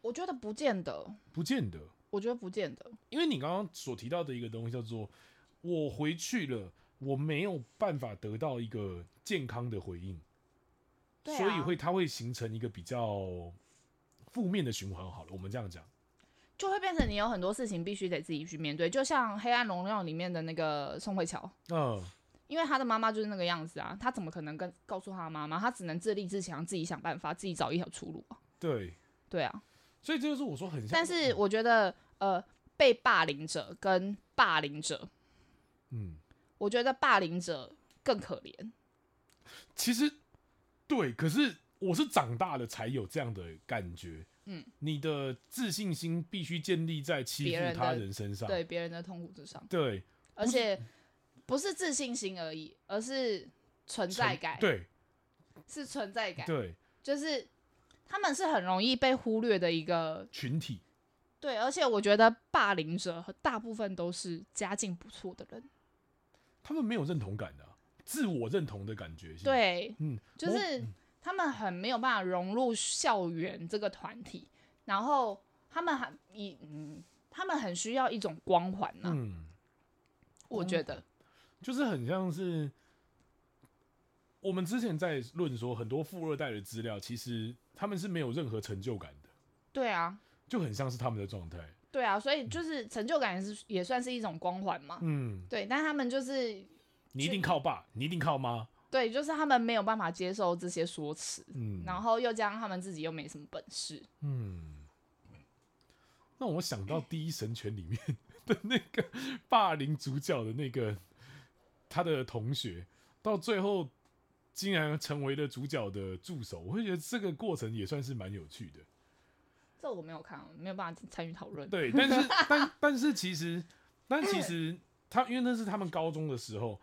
Speaker 2: 我觉得不见得，
Speaker 1: 不见得，
Speaker 2: 我觉得不见得，
Speaker 1: 因为你刚刚所提到的一个东西叫做“我回去了”，我没有办法得到一个健康的回应，
Speaker 2: 对啊
Speaker 1: 所以会它会形成一个比较负面的循环。好了，我们这样讲，
Speaker 2: 就会变成你有很多事情必须得自己去面对，就像《黑暗荣耀》里面的那个宋慧乔，
Speaker 1: 嗯
Speaker 2: 因为她的妈妈就是那个样子啊，她怎么可能跟告诉她的妈妈？她只能自立自强，自己想办法，自己找一条出路啊。
Speaker 1: 对，
Speaker 2: 对啊，
Speaker 1: 所以这就是我说很像，嗯
Speaker 2: 但是我觉得，呃，被霸凌者跟霸凌者，
Speaker 1: 嗯，
Speaker 2: 我觉得霸凌者更可怜。
Speaker 1: 其实对，可是我是长大了才有这样的感觉。
Speaker 2: 嗯，
Speaker 1: 你的自信心必须建立在欺
Speaker 2: 别
Speaker 1: 负
Speaker 2: 人
Speaker 1: 他
Speaker 2: 的
Speaker 1: 人身上。
Speaker 2: 对别人的痛苦之上，
Speaker 1: 对
Speaker 2: 而且不是自信心而已，而是存在
Speaker 1: 存
Speaker 2: 感，
Speaker 1: 对
Speaker 2: 是存在感，
Speaker 1: 对，
Speaker 2: 就是他们是很容易被忽略的一个
Speaker 1: 群体
Speaker 2: 对，而且我觉得霸凌者大部分都是家境不错的
Speaker 1: 嗯
Speaker 2: 人，
Speaker 1: 他们没有认同感的啊、自我认同的感觉。，
Speaker 2: 对，
Speaker 1: 嗯，
Speaker 2: 就
Speaker 1: 我
Speaker 2: 是他们很没有办法融入校园这个团体，然后他们还以嗯，他们很需要一种光环呐、
Speaker 1: 嗯，
Speaker 2: 我觉得，
Speaker 1: 就是很像是我们之前在论说很多富二代的资料，其实他们是没有任何成就感的，
Speaker 2: 对啊，
Speaker 1: 就很像是他们的状态。
Speaker 2: 对啊，所以就是成就感也是也算是一种光环嘛，
Speaker 1: 嗯，
Speaker 2: 对，但他们就是
Speaker 1: 你一定靠爸，你一定靠妈。
Speaker 2: 对，就是他们没有办法接受这些说辞，
Speaker 1: 嗯，
Speaker 2: 然后又加上他们自己又没什么本事，
Speaker 1: 嗯，让我想到《第一神拳》里面 的那个霸凌主角的那个他的同学，到最后竟然成为了主角的助手，我会觉得这个过程也算是蛮有趣的。
Speaker 2: 这我没有看，没有办法参与讨论。
Speaker 1: 对，但是但但是其实，但其实他因为那是他们高中的时候，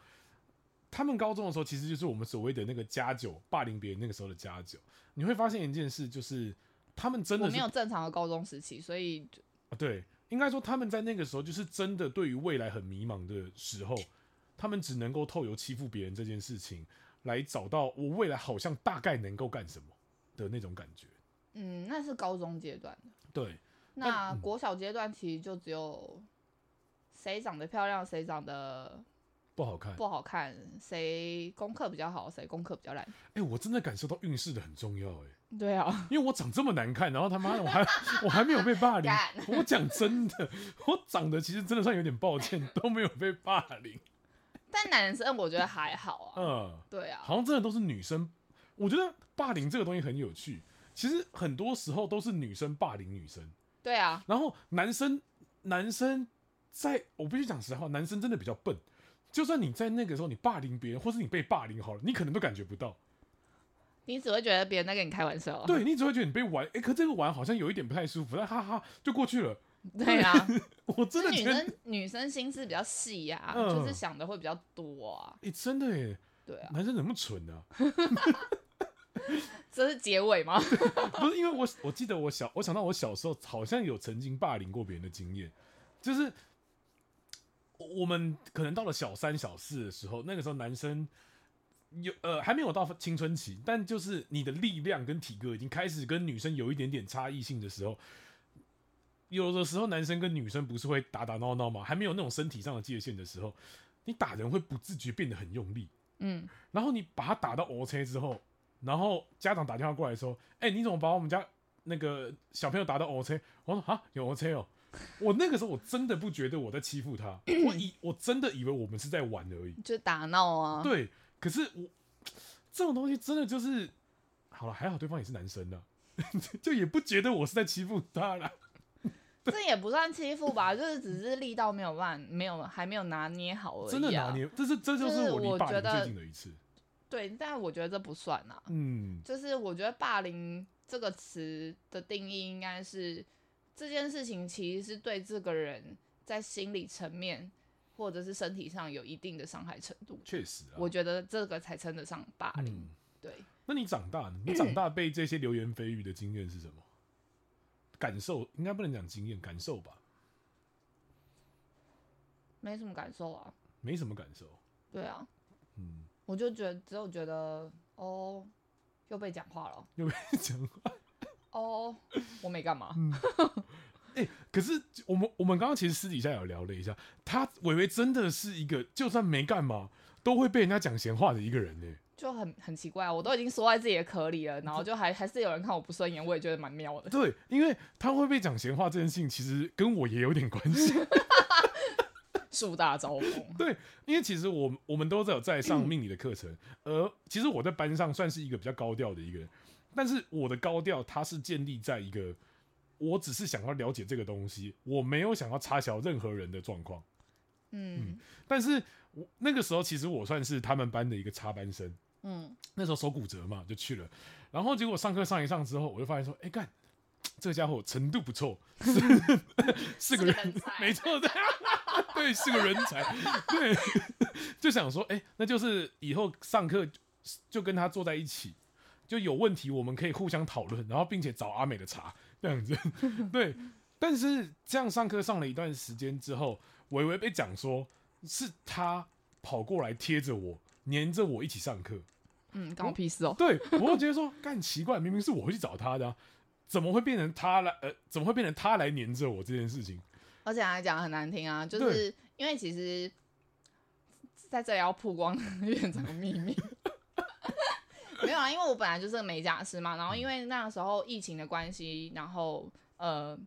Speaker 1: 他们高中的时候其实就是我们所谓的那个家酒霸凌别人那个时候的家酒，你会发现一件事，就是他们真
Speaker 2: 我
Speaker 1: 的是
Speaker 2: 没有正常的高中时期，所以就
Speaker 1: 啊，对，应该说他们在那个时候就是真的对于未来很迷茫的时候，他们只能够透由欺负别人这件事情来找到我未来好像大概能够干什么的那种感觉。
Speaker 2: 嗯，那是高中阶段的。
Speaker 1: 对，
Speaker 2: 那
Speaker 1: 嗯
Speaker 2: 国小阶段其实就只有谁长得漂亮，谁长得
Speaker 1: 不好看。
Speaker 2: 不好看，谁功课比较好，谁功课比较烂。
Speaker 1: 哎、我真的感受到运势的很重要哎、
Speaker 2: 对啊，
Speaker 1: 因为我长这么难看，然后他妈的我还我还没有被霸凌。
Speaker 2: 干
Speaker 1: 我讲真的，我长得其实真的算有点抱歉，都没有被霸凌。
Speaker 2: 但男生我觉得还好啊。
Speaker 1: 嗯。
Speaker 2: 对啊，
Speaker 1: 好像真的都是女生。我觉得霸凌这个东西很有趣，其实很多时候都是女生霸凌女生，
Speaker 2: 对啊，
Speaker 1: 然后男生男生在我必须讲实话，男生真的比较笨。就算你在那个时候你霸凌别人，或是你被霸凌好了，你可能都感觉不到，
Speaker 2: 你只会觉得别人在跟你开玩笑。
Speaker 1: 对你只会觉得你被玩，诶，可这个玩好像有一点不太舒服，但哈哈就过去了。
Speaker 2: 对啊，
Speaker 1: 我真的
Speaker 2: 女
Speaker 1: 觉得，
Speaker 2: 生女生心思比较细呀、
Speaker 1: 嗯
Speaker 2: 就是想的会比较多啊。
Speaker 1: 诶，真的耶，
Speaker 2: 对啊，
Speaker 1: 男生怎么那么蠢呢、
Speaker 2: 这是结尾吗？
Speaker 1: 不是因为我我记得我小我想到我小时候好像有曾经霸凌过别人的经验，就是我我们可能到了小三小四的时候，那个时候男生有呃还没有到青春期，但就是你的力量跟体格已经开始跟女生有一点点差异性的时候。有的时候，男生跟女生不是会打打闹闹吗？还没有那种身体上的界限的时候，你打人会不自觉变得很用力。
Speaker 2: 嗯，
Speaker 1: 然后你把他打到 OK 之后，然后家长打电话过来说：“哎、你怎么把我们家那个小朋友打到 OK？” 我说：“啊，有 OK 哦。”我那个时候我真的不觉得我在欺负 他，我以我真的以为我们是在玩而已。
Speaker 2: 就打闹啊。
Speaker 1: 对，可是我这种东西真的就是，好了，还好对方也是男生呢、 就也不觉得我是在欺负他啦。
Speaker 2: 这也不算欺负吧，就是只是力道没有办，没有还没有拿捏好而已、啊。
Speaker 1: 真的拿。捏，这是这就
Speaker 2: 就是是
Speaker 1: 我离
Speaker 2: 我
Speaker 1: 霸凌
Speaker 2: 觉得
Speaker 1: 最近的一次。
Speaker 2: 对，但我觉得这不算啊。
Speaker 1: 嗯，
Speaker 2: 就是我觉得“霸凌”这个词的定义应该是这件事情其实是对这个人在心理层面或者是身体上有一定的伤害程度。
Speaker 1: 确实啊。
Speaker 2: 我觉得这个才称得上霸凌。
Speaker 1: 嗯
Speaker 2: 对，
Speaker 1: 那你长大呢？你长大被这些流言蜚语的经验是什么？感受应该不能讲经验，感受吧，
Speaker 2: 没什么感受啊。
Speaker 1: 没什么感受。
Speaker 2: 对啊，
Speaker 1: 嗯，
Speaker 2: 我就觉得只有觉得哦，又被讲话了
Speaker 1: 又被讲 话。
Speaker 2: 哦，我没干嘛。
Speaker 1: 哎、可是我们我们刚刚其实私底下有聊了一下，他伟伟真的是一个就算没干嘛都会被人家讲闲话的一个人呢、
Speaker 2: 就很很奇怪啊，我都已经缩在自己的壳里了，然后就还还是有人看我不顺眼，我也觉得蛮妙的。
Speaker 1: 对，因为他会被讲闲话这件事情，其实跟我也有点关系。
Speaker 2: 树大招风，
Speaker 1: 对，因为其实我们我们都在有在上命理的课程，而其实我在班上算是一个比较高调的一个人，但是我的高调它是建立在一个我只是想要了解这个东西，我没有想要插小任何人的状况。
Speaker 2: 嗯
Speaker 1: 但是我那个时候其实我算是他们班的一个插班生，
Speaker 2: 嗯，
Speaker 1: 那时候手骨折嘛，就去了。然后结果上课上一上之后，我就发现说，哎、干，这个家伙程度不错， 是是个人，
Speaker 2: 才
Speaker 1: 没错，对， 对，是个人才，对， 就想说，哎、那就是以后上课就就跟他坐在一起，就有问题我们可以互相讨论，然后并且找阿美的茶这样子， 对。但是这样上课上了一段时间之后，维维被讲说是他跑过来贴着我，黏着我一起上课，
Speaker 2: 嗯，关我屁事哦。
Speaker 1: 对，我就觉得说，干奇怪，明明是我会去找他的、啊，怎么会变成他来？呃，怎么会变成他来黏着我这件事情？
Speaker 2: 而且还讲得很难听啊，就
Speaker 1: 对
Speaker 2: 是因为其实在这里要曝光 院长的秘密。 没有啊，因为我本来就是个美甲师嘛，然后因为那时候疫情的关系，然后呃，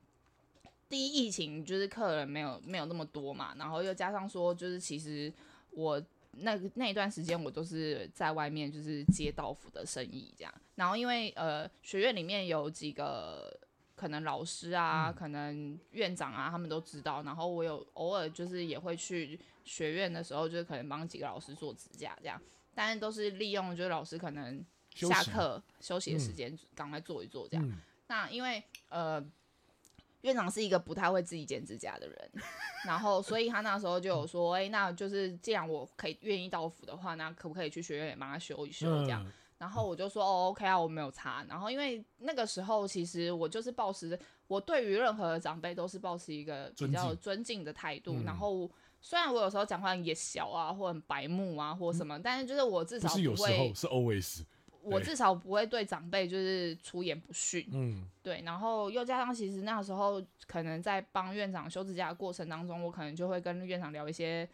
Speaker 2: 第一疫情就是客人没有没有那么多嘛，然后又加上说就是其实我那那一段时间我都是在外面就是接到府的生意这样，然后因为呃学院里面有几个可能老师啊，
Speaker 1: 嗯
Speaker 2: 可能院长啊，他们都知道。然后我有偶尔就是也会去学院的时候，就是可能帮几个老师做指甲这样，但是都是利用就是老师可能
Speaker 1: 休
Speaker 2: 下
Speaker 1: 息
Speaker 2: 课休息的时
Speaker 1: 嗯
Speaker 2: 间赶快做一做这样。
Speaker 1: 嗯，
Speaker 2: 那因为呃，院长是一个不太会自己剪指甲的人，然后所以他那时候就有说，哎、那就是既然我可以愿意到府的话，那可不可以去学院也帮他修一修这样？
Speaker 1: 嗯
Speaker 2: 然后我就说哦，OK 啊，我没有查。然后因为那个时候其实我就是抱持我对于任何的长辈都是抱持一个比
Speaker 1: 尊
Speaker 2: 较
Speaker 1: 敬
Speaker 2: 尊敬的态度。
Speaker 1: 嗯
Speaker 2: 然后虽然我有时候讲话很也小啊，或很白目啊，或什么，但是就是我至
Speaker 1: 嗯不
Speaker 2: 少
Speaker 1: 是有时
Speaker 2: 会
Speaker 1: 候，，是 always，
Speaker 2: 我
Speaker 1: 对
Speaker 2: 至少不会对长辈就是出言不逊。
Speaker 1: 嗯
Speaker 2: 对，然后又加上其实那时候可能在帮院长修指甲的过程当中，我可能就会跟院长聊一些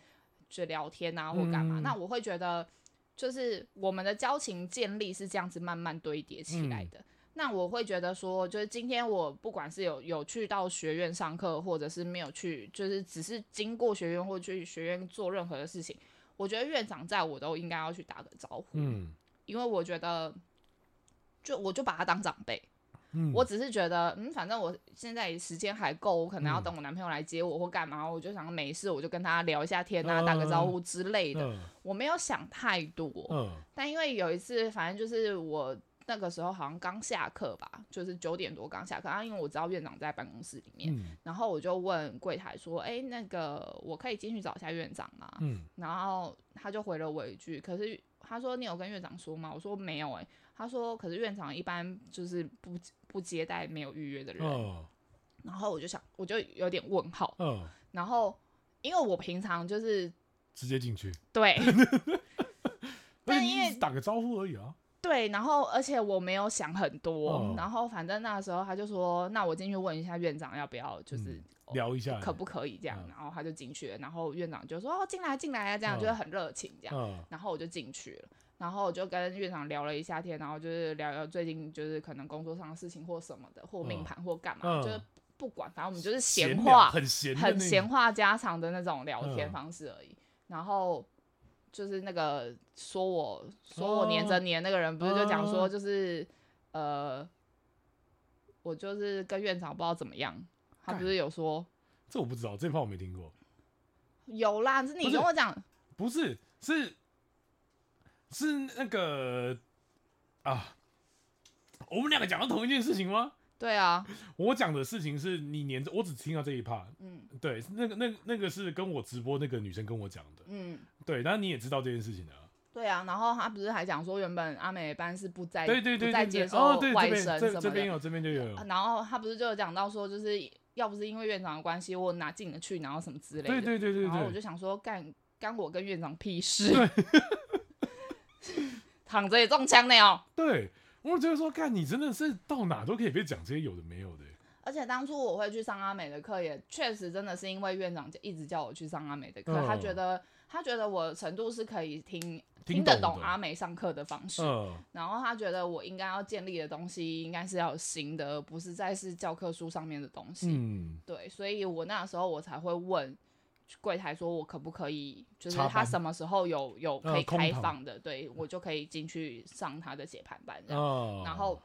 Speaker 2: 就聊天啊或干嘛，
Speaker 1: 嗯
Speaker 2: 那我会觉得就是我们的交情建立是这样子慢慢堆叠起
Speaker 1: 嗯
Speaker 2: 来的。那我会觉得说，就是今天我不管是有有去到学院上课，或者是没有去，就是只是经过学院或去学院做任何的事情，我觉得院长在我都应该要去打个招呼，
Speaker 1: 嗯
Speaker 2: 因为我觉得就我就把他当长辈。
Speaker 1: 嗯，
Speaker 2: 我只是觉得，嗯，反正我现在时间还够，我可
Speaker 1: 嗯
Speaker 2: 能要等我男朋友来接我或干嘛，我就想没事，我就跟他聊一下天啊，
Speaker 1: 嗯
Speaker 2: 打个招呼之类的。
Speaker 1: 嗯
Speaker 2: 我没有想太多，
Speaker 1: 嗯
Speaker 2: 但因为有一次，反正就是我那个时候好像刚下课吧，就是九点多刚下课，啊，因为我知道院长在办公室里面，
Speaker 1: 嗯
Speaker 2: 然后我就问柜台说，哎、那个我可以进去找一下院长吗？
Speaker 1: 嗯
Speaker 2: 然后他就回了我一句，可是他说你有跟院长说吗？我说没有哎、他说可是院长一般就是不不接待没有预约的人。
Speaker 1: 嗯
Speaker 2: 然后我就想，我就有点问号。
Speaker 1: 嗯，
Speaker 2: 然后因为我平常就是
Speaker 1: 直接进去，
Speaker 2: 对 但
Speaker 1: 而且你
Speaker 2: 因为
Speaker 1: 只是打个招呼而已啊，
Speaker 2: 对，然后而且我没有想很多，
Speaker 1: 哦
Speaker 2: 然后反正那时候他就说，那我进去问一下院长要不要就是
Speaker 1: 嗯聊一下，
Speaker 2: 哦可不可以这样，
Speaker 1: 嗯
Speaker 2: 然后他就进去了，然后院长就说哦进来进来啊，这样、
Speaker 1: 嗯
Speaker 2: 就是很热情这样。
Speaker 1: 嗯
Speaker 2: 然后我就进去了，然后我就跟院长聊了一下天，然后就是聊聊最近就是可能工作上的事情或什么的，或命盘或干嘛，
Speaker 1: 嗯
Speaker 2: 就是不管，反正我们就是
Speaker 1: 闲聊
Speaker 2: 闲话，
Speaker 1: 很闲的那
Speaker 2: 很
Speaker 1: 种
Speaker 2: 闲，话家常的那种聊天
Speaker 1: 嗯
Speaker 2: 方式而已。然后就是那个说我说我黏着
Speaker 1: 哦
Speaker 2: 你的那个人，不是就讲说
Speaker 1: 哦
Speaker 2: 就是、呃，我就是跟院长不知道怎么样，他不
Speaker 1: 干
Speaker 2: 是有说
Speaker 1: 这我不知道，这话我没听过，
Speaker 2: 有啦，是你
Speaker 1: 不是
Speaker 2: 跟我讲。
Speaker 1: 不是是是那个啊，我们两个讲到同一件事情吗？
Speaker 2: 对啊，
Speaker 1: 我讲的事情是你黏着，我只听到这一 part。
Speaker 2: 嗯
Speaker 1: 对，那个、那个、那个是跟我直播那个女生跟我讲的。
Speaker 2: 嗯，
Speaker 1: 对，当然你也知道这件事情的、啊。
Speaker 2: 对啊，然后他不是还讲说，原本阿美班是不在
Speaker 1: 对对对
Speaker 2: 不再
Speaker 1: 对
Speaker 2: 接
Speaker 1: 对，
Speaker 2: 受
Speaker 1: 哦，对，
Speaker 2: 外
Speaker 1: 这边
Speaker 2: 甥什
Speaker 1: 这
Speaker 2: 么
Speaker 1: 这
Speaker 2: 的
Speaker 1: 边，有，这边就有
Speaker 2: 啊。然后他不是就有讲到说，就是要不是因为院长的关系，我哪进得去，然后什么之类的。
Speaker 1: 对对对对
Speaker 2: 然后我就
Speaker 1: 对，
Speaker 2: 想说，干干我跟院长屁事， 躺着也中枪那哦。
Speaker 1: 对，我觉得说，干你真的是到哪都可以被讲这些有的没有的、
Speaker 2: 而且当初我会去上阿美的课，也确实真的是因为院长一直叫我去上阿美的课，
Speaker 1: 嗯
Speaker 2: 他觉得他觉得我程度是可以听
Speaker 1: 听
Speaker 2: 得
Speaker 1: 懂
Speaker 2: 懂啊阿美上课的方式，
Speaker 1: 嗯
Speaker 2: 然后他觉得我应该要建立的东西应该是要有新的，而不是再是教科书上面的东西。
Speaker 1: 嗯
Speaker 2: 对，所以我那时候我才会问柜台说，我可不可以，就是
Speaker 1: 插
Speaker 2: 他
Speaker 1: 班
Speaker 2: 什么时候有有
Speaker 1: 呃
Speaker 2: 可以
Speaker 1: 空
Speaker 2: 开
Speaker 1: 堂
Speaker 2: 放的，对我就可以进去上他的解盘班这样。
Speaker 1: 哦，
Speaker 2: 然后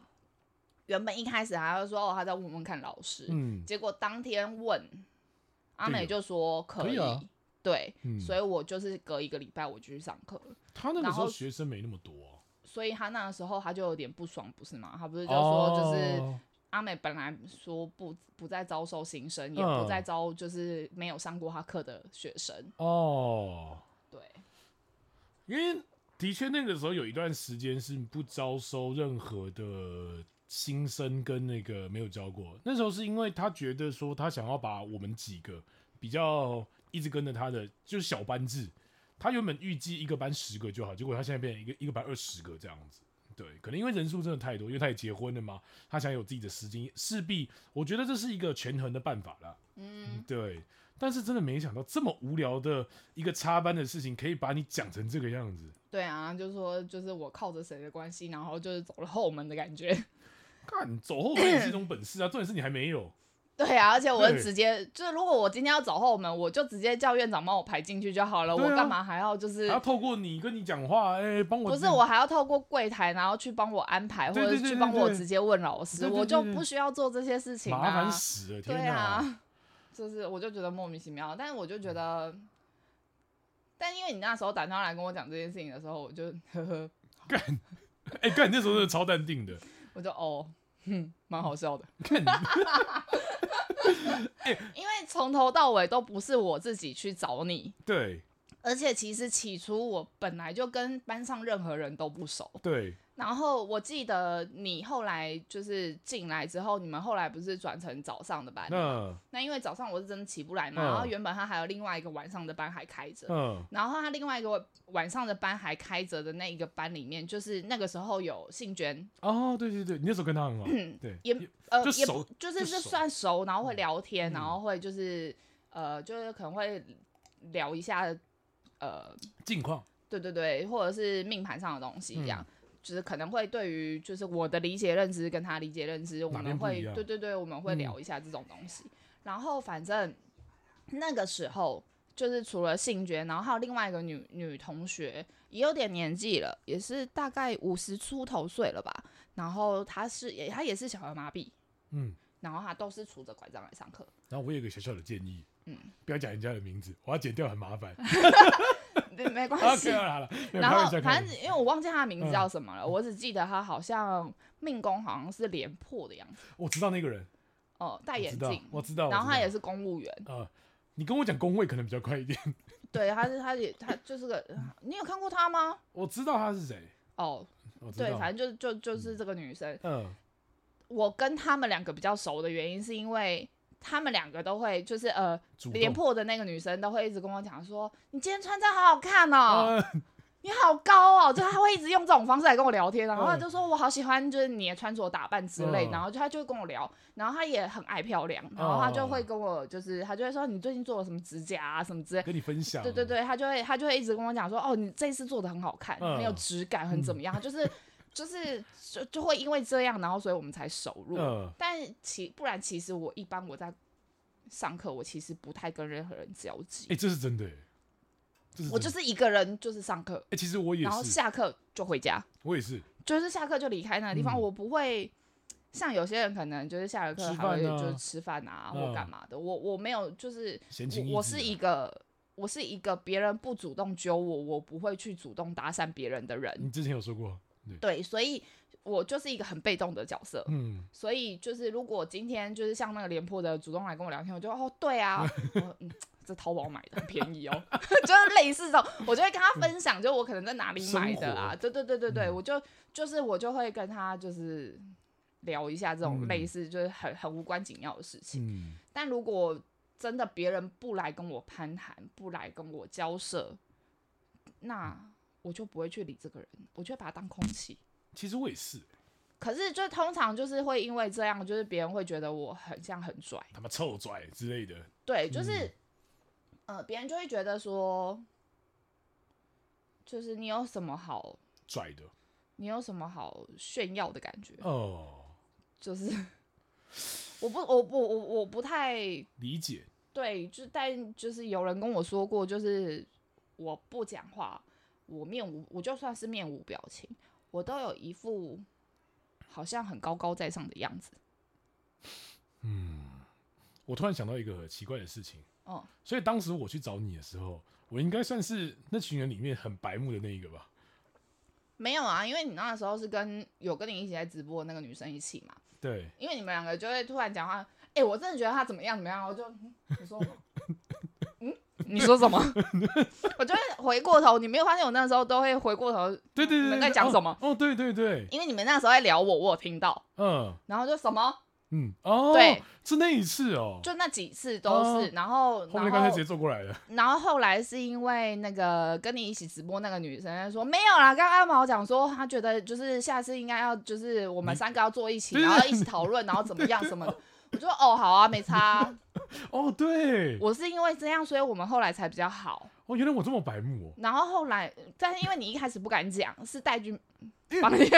Speaker 2: 原本一开始还会说哦，他在问问看老师，
Speaker 1: 嗯
Speaker 2: 结果当天问阿
Speaker 1: 对
Speaker 2: 美
Speaker 1: 哦
Speaker 2: 就说可
Speaker 1: 可以啊
Speaker 2: 对，
Speaker 1: 嗯，
Speaker 2: 所以我就是隔一个礼拜我就去上课了，
Speaker 1: 他那个
Speaker 2: 然
Speaker 1: 时候
Speaker 2: 后
Speaker 1: 学生没那么多啊、
Speaker 2: 所以他那个时候他就有点不爽，不是吗？他不是就说就是、
Speaker 1: 哦
Speaker 2: 阿美本来说不不再招收新生，也
Speaker 1: 嗯
Speaker 2: 不再招就是没有上过他课的学生，
Speaker 1: 哦，
Speaker 2: 对，
Speaker 1: 因为的确那个时候有一段时间是不招收任何的新生跟那个没有教过。那时候是因为他觉得说他想要把我们几个比较一直跟着他的就是小班制，他原本预计一个班十个就好，结果他现在变成一个一个班二十个这样子。对，可能因为人数真的太多，因为他也结婚了嘛，他想有自己的时间，势必我觉得这是一个权衡的办法啦。
Speaker 2: 嗯，
Speaker 1: 对，但是真的没想到这么无聊的一个插班的事情，可以把你讲成这个样 子。
Speaker 2: 对啊，就是说就是我靠着谁的关系，然后就是走了后门的感觉，
Speaker 1: 干，走后门也是一种本事啊，重点是你还没有。
Speaker 2: 对啊，而且我
Speaker 1: 对
Speaker 2: 直接就是如果我今天要走后门，我就直接叫院长帮我排进去就好了，
Speaker 1: 对啊
Speaker 2: 我干嘛还要就是
Speaker 1: 还要透过你跟你讲话，哎、帮我
Speaker 2: 不是我还要透过柜台，然后去帮我安排，或
Speaker 1: 对对
Speaker 2: 者
Speaker 1: 对
Speaker 2: 去
Speaker 1: 对
Speaker 2: 帮我
Speaker 1: 对
Speaker 2: 直接问老师，
Speaker 1: 对对
Speaker 2: 我
Speaker 1: 对
Speaker 2: 就
Speaker 1: 对
Speaker 2: 不需要做这些事情
Speaker 1: 麻
Speaker 2: 啊
Speaker 1: 烦。死了，天
Speaker 2: 对
Speaker 1: 哪！嗯
Speaker 2: 啊， 就是我就觉得莫名其妙，但是我就觉得，但因为你那时候打电话来跟我讲这件事情的时候，我就呵呵，
Speaker 1: 哎、干，你那时候真的超淡定的，
Speaker 2: 我就哦，哼，蛮好 笑的。
Speaker 1: 看，
Speaker 2: 因为从头到尾都不是我自己去找你，
Speaker 1: 对
Speaker 2: 而且其实起初我本来就跟班上任何人都不熟，
Speaker 1: 对
Speaker 2: 然后我记得你后来就是进来之后，你们后来不是转成早上的班吗？
Speaker 1: 那
Speaker 2: 那因为早上我是真的起不来嘛，
Speaker 1: 嗯
Speaker 2: 然后原本他还有另外一个晚上的班还开着，
Speaker 1: 嗯
Speaker 2: 然后他另外一个晚上的班还开着的那一个班里面，就是那个时候有信娟，
Speaker 1: 哦，对对对，你那时候跟他很好，对，
Speaker 2: 也呃
Speaker 1: 就
Speaker 2: 也
Speaker 1: 熟
Speaker 2: 不就是
Speaker 1: 就是熟
Speaker 2: 算熟，然后会聊天，
Speaker 1: 嗯
Speaker 2: 然后会就是呃就是可能会聊一下呃
Speaker 1: 近况，
Speaker 2: 对对对，或者是命盘上的东西这样。
Speaker 1: 嗯
Speaker 2: 就是可能会对于就是我的理解认知跟他理解认知，我
Speaker 1: 哪
Speaker 2: 们
Speaker 1: 边不
Speaker 2: 会
Speaker 1: 一样嗯
Speaker 2: 对对对，我们会聊一下这种东西。然后反正那个时候就是除了性觉，然后还有另外一个女女同学，也有点年纪了，也是大概五十出头岁了吧。然后她是也她也是小儿麻痹，
Speaker 1: 嗯。
Speaker 2: 然后她都是杵着拐杖来上课。
Speaker 1: 然后我有一个小小的建议，嗯，不要讲人家的名字，我要剪掉很麻 烦。啊
Speaker 2: 没没关系
Speaker 1: ，OK，，好了，没有
Speaker 2: 然
Speaker 1: 开玩
Speaker 2: 后
Speaker 1: 笑开玩
Speaker 2: 反
Speaker 1: 笑嗯
Speaker 2: 正因为我忘记他的名字叫什么了，我只记得他好像命宫好像是廉颇的样子，
Speaker 1: 我知道那个人，
Speaker 2: 哦、戴
Speaker 1: 我
Speaker 2: 眼
Speaker 1: 知道
Speaker 2: 镜，，
Speaker 1: 我知道，
Speaker 2: 然后他也
Speaker 1: 是
Speaker 2: 是公务员，
Speaker 1: 呃，你跟我讲工位可能比较快一点。
Speaker 2: 对，他是他也他就是个，
Speaker 1: 嗯
Speaker 2: 你有看过他吗？
Speaker 1: 我知道他是谁，
Speaker 2: 哦，
Speaker 1: 我知道。
Speaker 2: 对，反正就就就是这个女生，
Speaker 1: 嗯，
Speaker 2: 我跟他们两个比较熟的原因是因为。他们两个都会，就是呃，
Speaker 1: 主动
Speaker 2: 廉颇的那个女生都会一直跟我讲说：“你今天穿这样好好看哦、
Speaker 1: 呃
Speaker 2: 你好高哦，就他会一直用这种方式来跟我聊天，啊然后他
Speaker 1: 嗯
Speaker 2: 就说我好喜欢就是你的穿着打扮之类，
Speaker 1: 嗯哦
Speaker 2: 然后就他就会跟我聊，然后他也很爱漂亮，然后他就会跟我就是他就会说你最近做了什么指甲啊什么之类，
Speaker 1: 跟你分享。
Speaker 2: 对对，对，他就会他就会一直跟我讲说哦你这次做的很好看，
Speaker 1: 嗯
Speaker 2: 很有质感，很怎 么样，就是就是就就会因为这样，然后所以我们才熟入，
Speaker 1: 嗯
Speaker 2: 但其不然其实我一般我在上课我其实不太跟任何人交际，
Speaker 1: 哎，这是真的欸，这是
Speaker 2: 我
Speaker 1: 真
Speaker 2: 就
Speaker 1: 的
Speaker 2: 是一个人就是上课，
Speaker 1: 哎，其实我也
Speaker 2: 然后
Speaker 1: 是，
Speaker 2: 下课就回家。
Speaker 1: 我也是
Speaker 2: 就是下课就离开那个地方，
Speaker 1: 嗯
Speaker 2: 我不会像有些人可能就是下了课
Speaker 1: 吃
Speaker 2: 还会
Speaker 1: 饭啊
Speaker 2: 就是吃饭啊
Speaker 1: 嗯
Speaker 2: 或干嘛的，我我没有就是
Speaker 1: 闲情逸
Speaker 2: 我我
Speaker 1: 致
Speaker 2: 是
Speaker 1: 啊
Speaker 2: 一个我是一个别人不主动揪我，我不会去主动搭讪别人的人，
Speaker 1: 你之前有说过，
Speaker 2: 对，所以我就是一个很被动的角色。
Speaker 1: 嗯，
Speaker 2: 所以就是，如果今天就是像那个廉颇的主动来跟我聊天，我就哦，对啊， 我嗯，这淘宝买的很便宜哦， 就是类似这种，我就会跟他分享，就我可能在哪里买的啊，
Speaker 1: 生
Speaker 2: 对对对对对，
Speaker 1: 嗯
Speaker 2: 我就就是我就会跟他就是聊一下这种
Speaker 1: 嗯
Speaker 2: 类似就是很很无关紧要的事情。
Speaker 1: 嗯，
Speaker 2: 但如果真的别人不来跟我攀谈，不来跟我交涉，那我就不会去理这个人，我就会把他当空气。
Speaker 1: 其实我也是欸，
Speaker 2: 可是，就通常就是会因为这样，就是别人会觉得我很像很拽，
Speaker 1: 他妈臭拽之类的，
Speaker 2: 对，就是，呃，别人就会觉得说，就是你有什么好，
Speaker 1: 拽的
Speaker 2: 你有什么好炫耀的感觉，
Speaker 1: 哦，
Speaker 2: 就是 我不，我不，我我不太
Speaker 1: 理解，
Speaker 2: 对，就但就是有人跟我说过，就是我不讲话，我面无，我就算是面无表情，我都有一副好像很高高在上的样子。
Speaker 1: 我突然想到一个奇怪的事情，
Speaker 2: 哦，
Speaker 1: 所以当时我去找你的时候，我应该算是那群人里面很白目的那一个吧？
Speaker 2: 没有啊，因为你那时候是跟有跟你一起在直播的那个女生一起嘛，
Speaker 1: 对，
Speaker 2: 因为你们两个就会突然讲话，哎、我真的觉得他怎么样怎么样，我就嗯你说什么？嗯，你说什么？ 我就会回过头，你没有发现我那时候都会回过头，
Speaker 1: 对对对
Speaker 2: 你们
Speaker 1: 对
Speaker 2: 在讲什么
Speaker 1: 哦？哦，对对对，
Speaker 2: 因为你们那时候在聊我，我有听到，
Speaker 1: 嗯
Speaker 2: 然后就什么，
Speaker 1: 嗯，哦，
Speaker 2: 对，
Speaker 1: 是那一次哦，
Speaker 2: 就那几次都是，
Speaker 1: 哦
Speaker 2: 然后
Speaker 1: 后
Speaker 2: 然
Speaker 1: 面刚才直
Speaker 2: 后
Speaker 1: 接坐过来了，
Speaker 2: 然后后来是因为那个跟你一起直播那个女生她说没有啦，刚刚阿毛讲说她觉得就是下次应该要就是我们三个要坐一
Speaker 1: 嗯
Speaker 2: 起，
Speaker 1: 对对
Speaker 2: 然后一起讨论，然后怎么样什么的。我就说哦好啊，没差啊、
Speaker 1: 哦，对，
Speaker 2: 我是因为这样，所以我们后来才比较好。
Speaker 1: 哦，原来我这么白目哦，
Speaker 2: 然后后来，但是因为你一开始不敢讲，是戴军
Speaker 1: 因为
Speaker 2: 帮你
Speaker 1: 不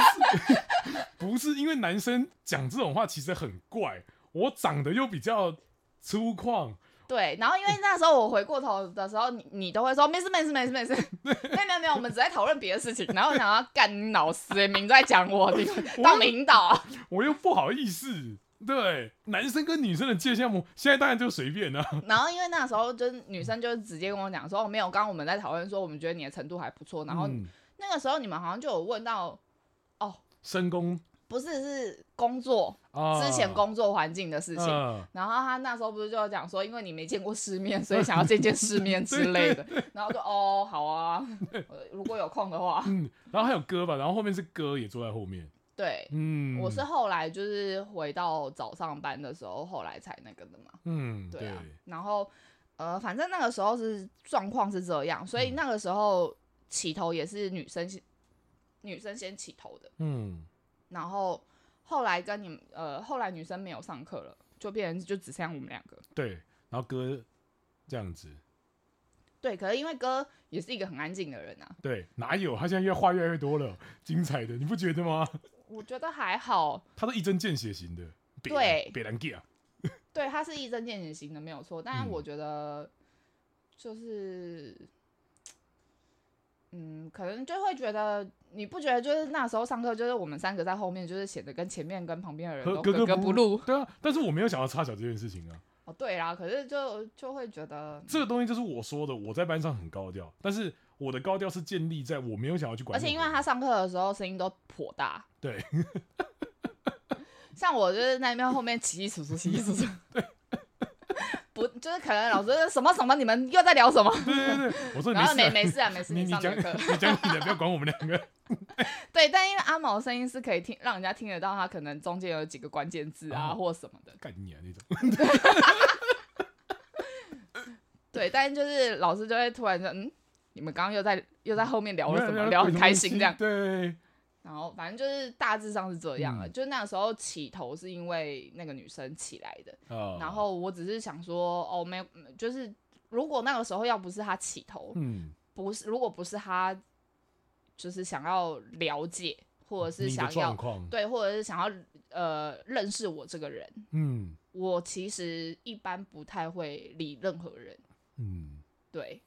Speaker 1: 是 不是因为男生讲这种话其实很怪，我长得又比较粗犷，
Speaker 2: 对。然后因为那时候我回过头的时候，你你都会说没事没事没 事没事，没有没有没有，我们只在讨论别的事情。然后我想要干你老师、欸，明明在讲我，你当领导。啊
Speaker 1: 我又不好意思。对，男生跟女生的界限，我现在当然就随便啦、
Speaker 2: 然后因为那时候就是女生就直接跟我讲说，哦没有，刚刚我们在讨论说我们觉得你的程度还不错。然后
Speaker 1: 嗯
Speaker 2: 那个时候你们好像就有问到，
Speaker 1: 深宫
Speaker 2: 不是是工作
Speaker 1: 啊，
Speaker 2: 之前工作环境的事情。
Speaker 1: 嗯
Speaker 2: 然后他那时候不是就讲说，因为你没见过世面，所以想要见见世面之类的。然后就哦，好啊，呃如果有空的话。
Speaker 1: 嗯，然后还有哥吧，然后后面是哥也坐在后面，
Speaker 2: 对，
Speaker 1: 嗯，
Speaker 2: 我是后来就是回到早上班的时候，后来才那个的嘛。
Speaker 1: 嗯，
Speaker 2: 对啊，然后呃，反正那个时候是状况是这样，所以
Speaker 1: 嗯
Speaker 2: 那个时候起头也是女生先，女生先起头的。
Speaker 1: 嗯，
Speaker 2: 然后后来跟你们呃，后来女生没有上课了，就变成就只剩下我们两个。
Speaker 1: 对，然后哥这样子，
Speaker 2: 对，可是因为哥也是一个很安静的人啊，
Speaker 1: 对，哪有他现在越话越来越多了，精彩的，你不觉得吗？
Speaker 2: 我觉得还好，
Speaker 1: 他都一针见血型的，别
Speaker 2: 对
Speaker 1: 别难 g 啊，
Speaker 2: 对，他是一针见血型的，没有错。但
Speaker 1: 嗯
Speaker 2: 是我觉得就是，嗯，可能就会觉得你不觉得就是那时候上课，就是我们三个在后面，就是显得跟前面跟旁边的人
Speaker 1: 和
Speaker 2: 都
Speaker 1: 格格
Speaker 2: 格格
Speaker 1: 不
Speaker 2: 不入。
Speaker 1: 对啊，但是我没有想要插脚这件事情啊，
Speaker 2: 哦，对啦，可是就就会觉得，
Speaker 1: 这个东西就是我说的，我在班上很高调，但是我的高调是建立在我没有想要去管
Speaker 2: 而
Speaker 1: 任何人，
Speaker 2: 且因为他上课的时候声音都颇大，
Speaker 1: 对，
Speaker 2: 像我就是在那边后面起起楚楚，起起楚楚， 不就是可能老师什么什么，你们又在聊什么？
Speaker 1: 对对对，我说你
Speaker 2: 然后
Speaker 1: 没
Speaker 2: 没
Speaker 1: 事啊、
Speaker 2: 没事啊，没事，
Speaker 1: 你你
Speaker 2: 上
Speaker 1: 讲
Speaker 2: 那
Speaker 1: 你
Speaker 2: 课。
Speaker 1: 讲你的，不要管我们两个
Speaker 2: 对，但因为阿毛的声音是可以听，让人家听得到，他可能中间有几个关键字啊、
Speaker 1: 哦
Speaker 2: 或什么的。
Speaker 1: 干你啊那种，
Speaker 2: 对，但就是老师就会突然说，嗯，你们刚刚又在又在后面聊了什么，
Speaker 1: 没有
Speaker 2: 聊很开心这样。
Speaker 1: 对，
Speaker 2: 然后反正就是大致上是这样了，
Speaker 1: 嗯
Speaker 2: 就那时候起头是因为那个女生起来的，
Speaker 1: 啊
Speaker 2: 然后我只是想说，哦，没有，就是如果那个时候要不是她起头，
Speaker 1: 嗯，
Speaker 2: 不是如果不是她，就是想要了解或者
Speaker 1: 你
Speaker 2: 是
Speaker 1: 的
Speaker 2: 想要
Speaker 1: 状况，
Speaker 2: 对，或者是想要呃认识我这个人，
Speaker 1: 嗯
Speaker 2: 我其实一般不太会理任何人，
Speaker 1: 嗯，
Speaker 2: 对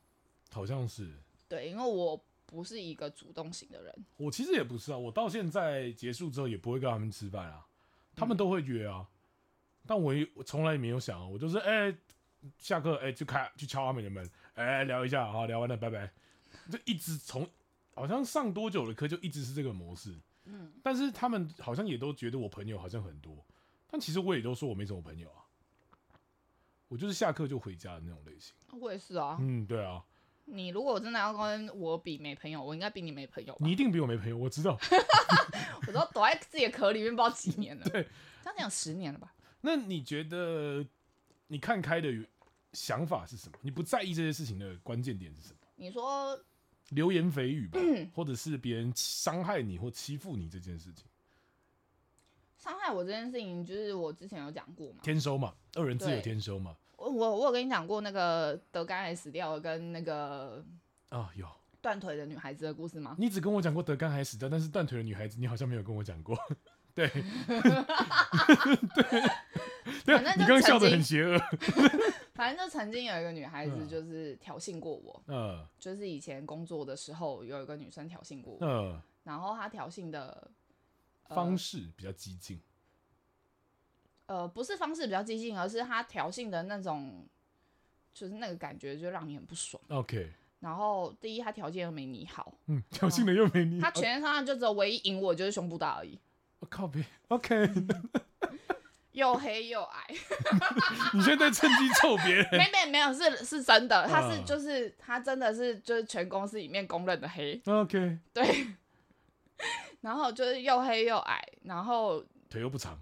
Speaker 1: 好像是。
Speaker 2: 对，因为我不是一个主动型的人，
Speaker 1: 我其实也不是啊，我到现在结束之后也不会跟他们吃饭啊，他们都会约啊，但我也我从来也没有想啊，我就是哎、下课哎、就开去敲他们的门，哎、聊一下，好聊完了拜拜，就一直从好像上多久的课就一直是这个模式，嗯，但是他们好像也都觉得我朋友好像很多，但其实我也都说我没什么朋友啊，我就是下课就回家的那种类型，
Speaker 2: 我也是啊。
Speaker 1: 嗯，对啊，
Speaker 2: 你如果真的要跟我比没朋友，我应该比你没朋友吧
Speaker 1: 你？一定比我没朋友，我知道，
Speaker 2: 我都躲在自己的壳里面不知道几年了，
Speaker 1: 对，
Speaker 2: 这样讲十年了吧？
Speaker 1: 那你觉得你看开的想法是什么？你不在意这些事情的关键点是什么？
Speaker 2: 你说
Speaker 1: 流言蜚语吧，
Speaker 2: 嗯
Speaker 1: 或者是别人伤害你或欺负你这件事情，
Speaker 2: 伤害我这件事情，就是我之前有讲过嘛，
Speaker 1: 天收嘛，二人自有
Speaker 2: 对
Speaker 1: 天收嘛。
Speaker 2: 我我我有跟你讲过那个得肝癌死掉的跟那个
Speaker 1: 啊，有，
Speaker 2: 断腿的女孩子的故事吗？
Speaker 1: 你只跟我讲过德干还死掉，但是断腿的女孩子，你好像没有跟我讲过。 对，对，对
Speaker 2: 反正
Speaker 1: 你
Speaker 2: 就
Speaker 1: 刚刚笑得
Speaker 2: 曾经
Speaker 1: 很邪恶。
Speaker 2: 反正就曾经有一个女孩子
Speaker 1: 嗯
Speaker 2: 就是挑衅过我，
Speaker 1: 嗯
Speaker 2: 就是以前工作的时候有一个女生挑衅过我，
Speaker 1: 嗯
Speaker 2: 然后她挑衅的，
Speaker 1: 呃方式比较激进，
Speaker 2: 呃，不是方式比较激进，而是他挑衅的那种，就是那个感觉就让你很不爽。
Speaker 1: OK，
Speaker 2: 然后第一，他条件又没你好，
Speaker 1: 嗯，哦挑衅的又没你，
Speaker 2: 哦他全身上就只有唯一赢我就是胸部大而已，
Speaker 1: 我靠别，OK，
Speaker 2: 又黑又 矮。
Speaker 1: 你现在趁机臭别人
Speaker 2: 没没没有，是是真的，他是
Speaker 1: 嗯
Speaker 2: 就是他真的是就是全公司里面公认的黑，
Speaker 1: ，OK，
Speaker 2: 对。 然后就是又黑又矮，然后
Speaker 1: 腿又不长，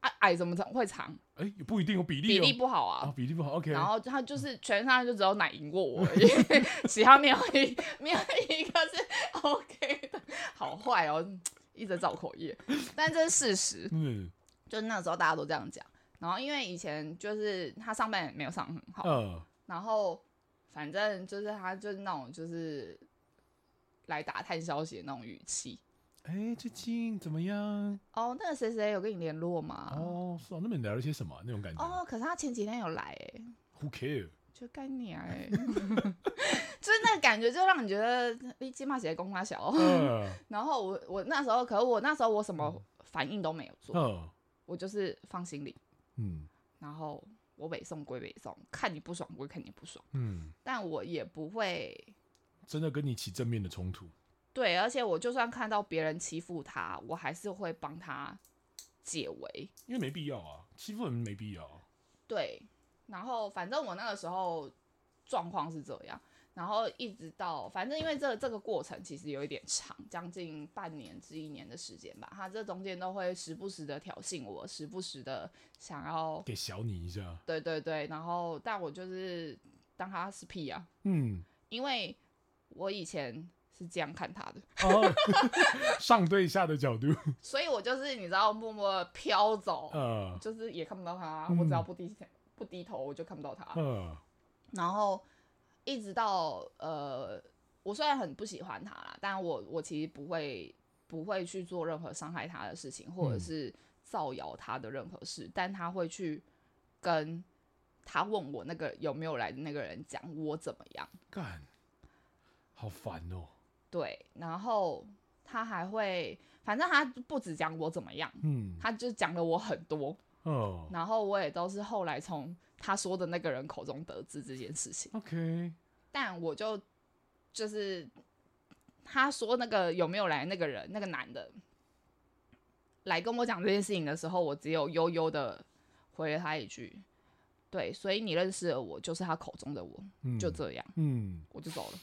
Speaker 2: 啊矮怎么长会长？
Speaker 1: 哎、不一定有比例、
Speaker 2: 比
Speaker 1: 哦，
Speaker 2: 例不好
Speaker 1: 啊，
Speaker 2: 啊。
Speaker 1: 比例不好，OK，
Speaker 2: 然后他就是全身上就只有奶赢过我而已，其他没有一没有一个是 OK 的，好坏哦，一直造口业，但这是事实。
Speaker 1: 嗯，
Speaker 2: 就那时候大家都这样讲，然后因为以前就是他上班也没有上很好，
Speaker 1: 呃，
Speaker 2: 然后反正就是他就是那种就是来打探消息的那种语气。
Speaker 1: 哎、最近怎么样？
Speaker 2: 哦，那个谁谁有跟你联络吗？哦
Speaker 1: 哦，是哦，那边聊了些什么？那种感觉、
Speaker 2: 可是他前几天有来、欸，
Speaker 1: w h o care？
Speaker 2: 就该你啊、欸，就是那个感觉就让你觉得哎你起码写公他小。
Speaker 1: 呃，
Speaker 2: 然后我我那时候，可是我那时候我什么反应都没有做，
Speaker 1: 呃，
Speaker 2: 我就是放心里，
Speaker 1: 嗯
Speaker 2: 然后我北送归北送，看你不爽归看你不爽，
Speaker 1: 嗯，
Speaker 2: 但我也不会
Speaker 1: 真的跟你起正面的冲突，
Speaker 2: 对，而且我就算看到别人欺负他，我还是会帮他解围。
Speaker 1: 因为没必要啊，欺负人没必要啊、
Speaker 2: 对，然后反正我那个时候状况是这样，然后一直到反正因为这个这个过程其实有一点长，将近半年至一年的时间吧。他这中间都会时不时的挑衅我，时不时的想要
Speaker 1: 给小你一下，
Speaker 2: 对对对，然后但我就是当他是屁啊，
Speaker 1: 嗯，
Speaker 2: 因为我以前是这样看他的。
Speaker 1: 哦， 上对下的角度，
Speaker 2: 所以我就是你知道，默默地飘走，
Speaker 1: 呃
Speaker 2: 哦就是也看不到他，
Speaker 1: 嗯
Speaker 2: 我只要不低不低头，我就看不到他。
Speaker 1: 呃，
Speaker 2: 然后一直到呃，我虽然很不喜欢他啦，但我我其实不会不会去做任何伤害他的事情，或者
Speaker 1: 嗯
Speaker 2: 是造谣他的任何事，但他会去跟他问我那个有没有来的那个人讲我怎么样，
Speaker 1: 干，好烦哦，
Speaker 2: 对，然后他还会，反正他不止讲我怎么样，
Speaker 1: 嗯，
Speaker 2: 他就讲了我很多。
Speaker 1: 哦
Speaker 2: 然后我也都是后来从他说的那个人口中得知这件事情，
Speaker 1: ，OK，
Speaker 2: 但我就就是他说那个有没有来那个人那个男的来跟我讲这件事情的时候，我只有悠悠的回了他一句：“对，所以你认识了我，就是他口中的我，
Speaker 1: 嗯，
Speaker 2: 就，这样，
Speaker 1: 嗯
Speaker 2: 我就走了，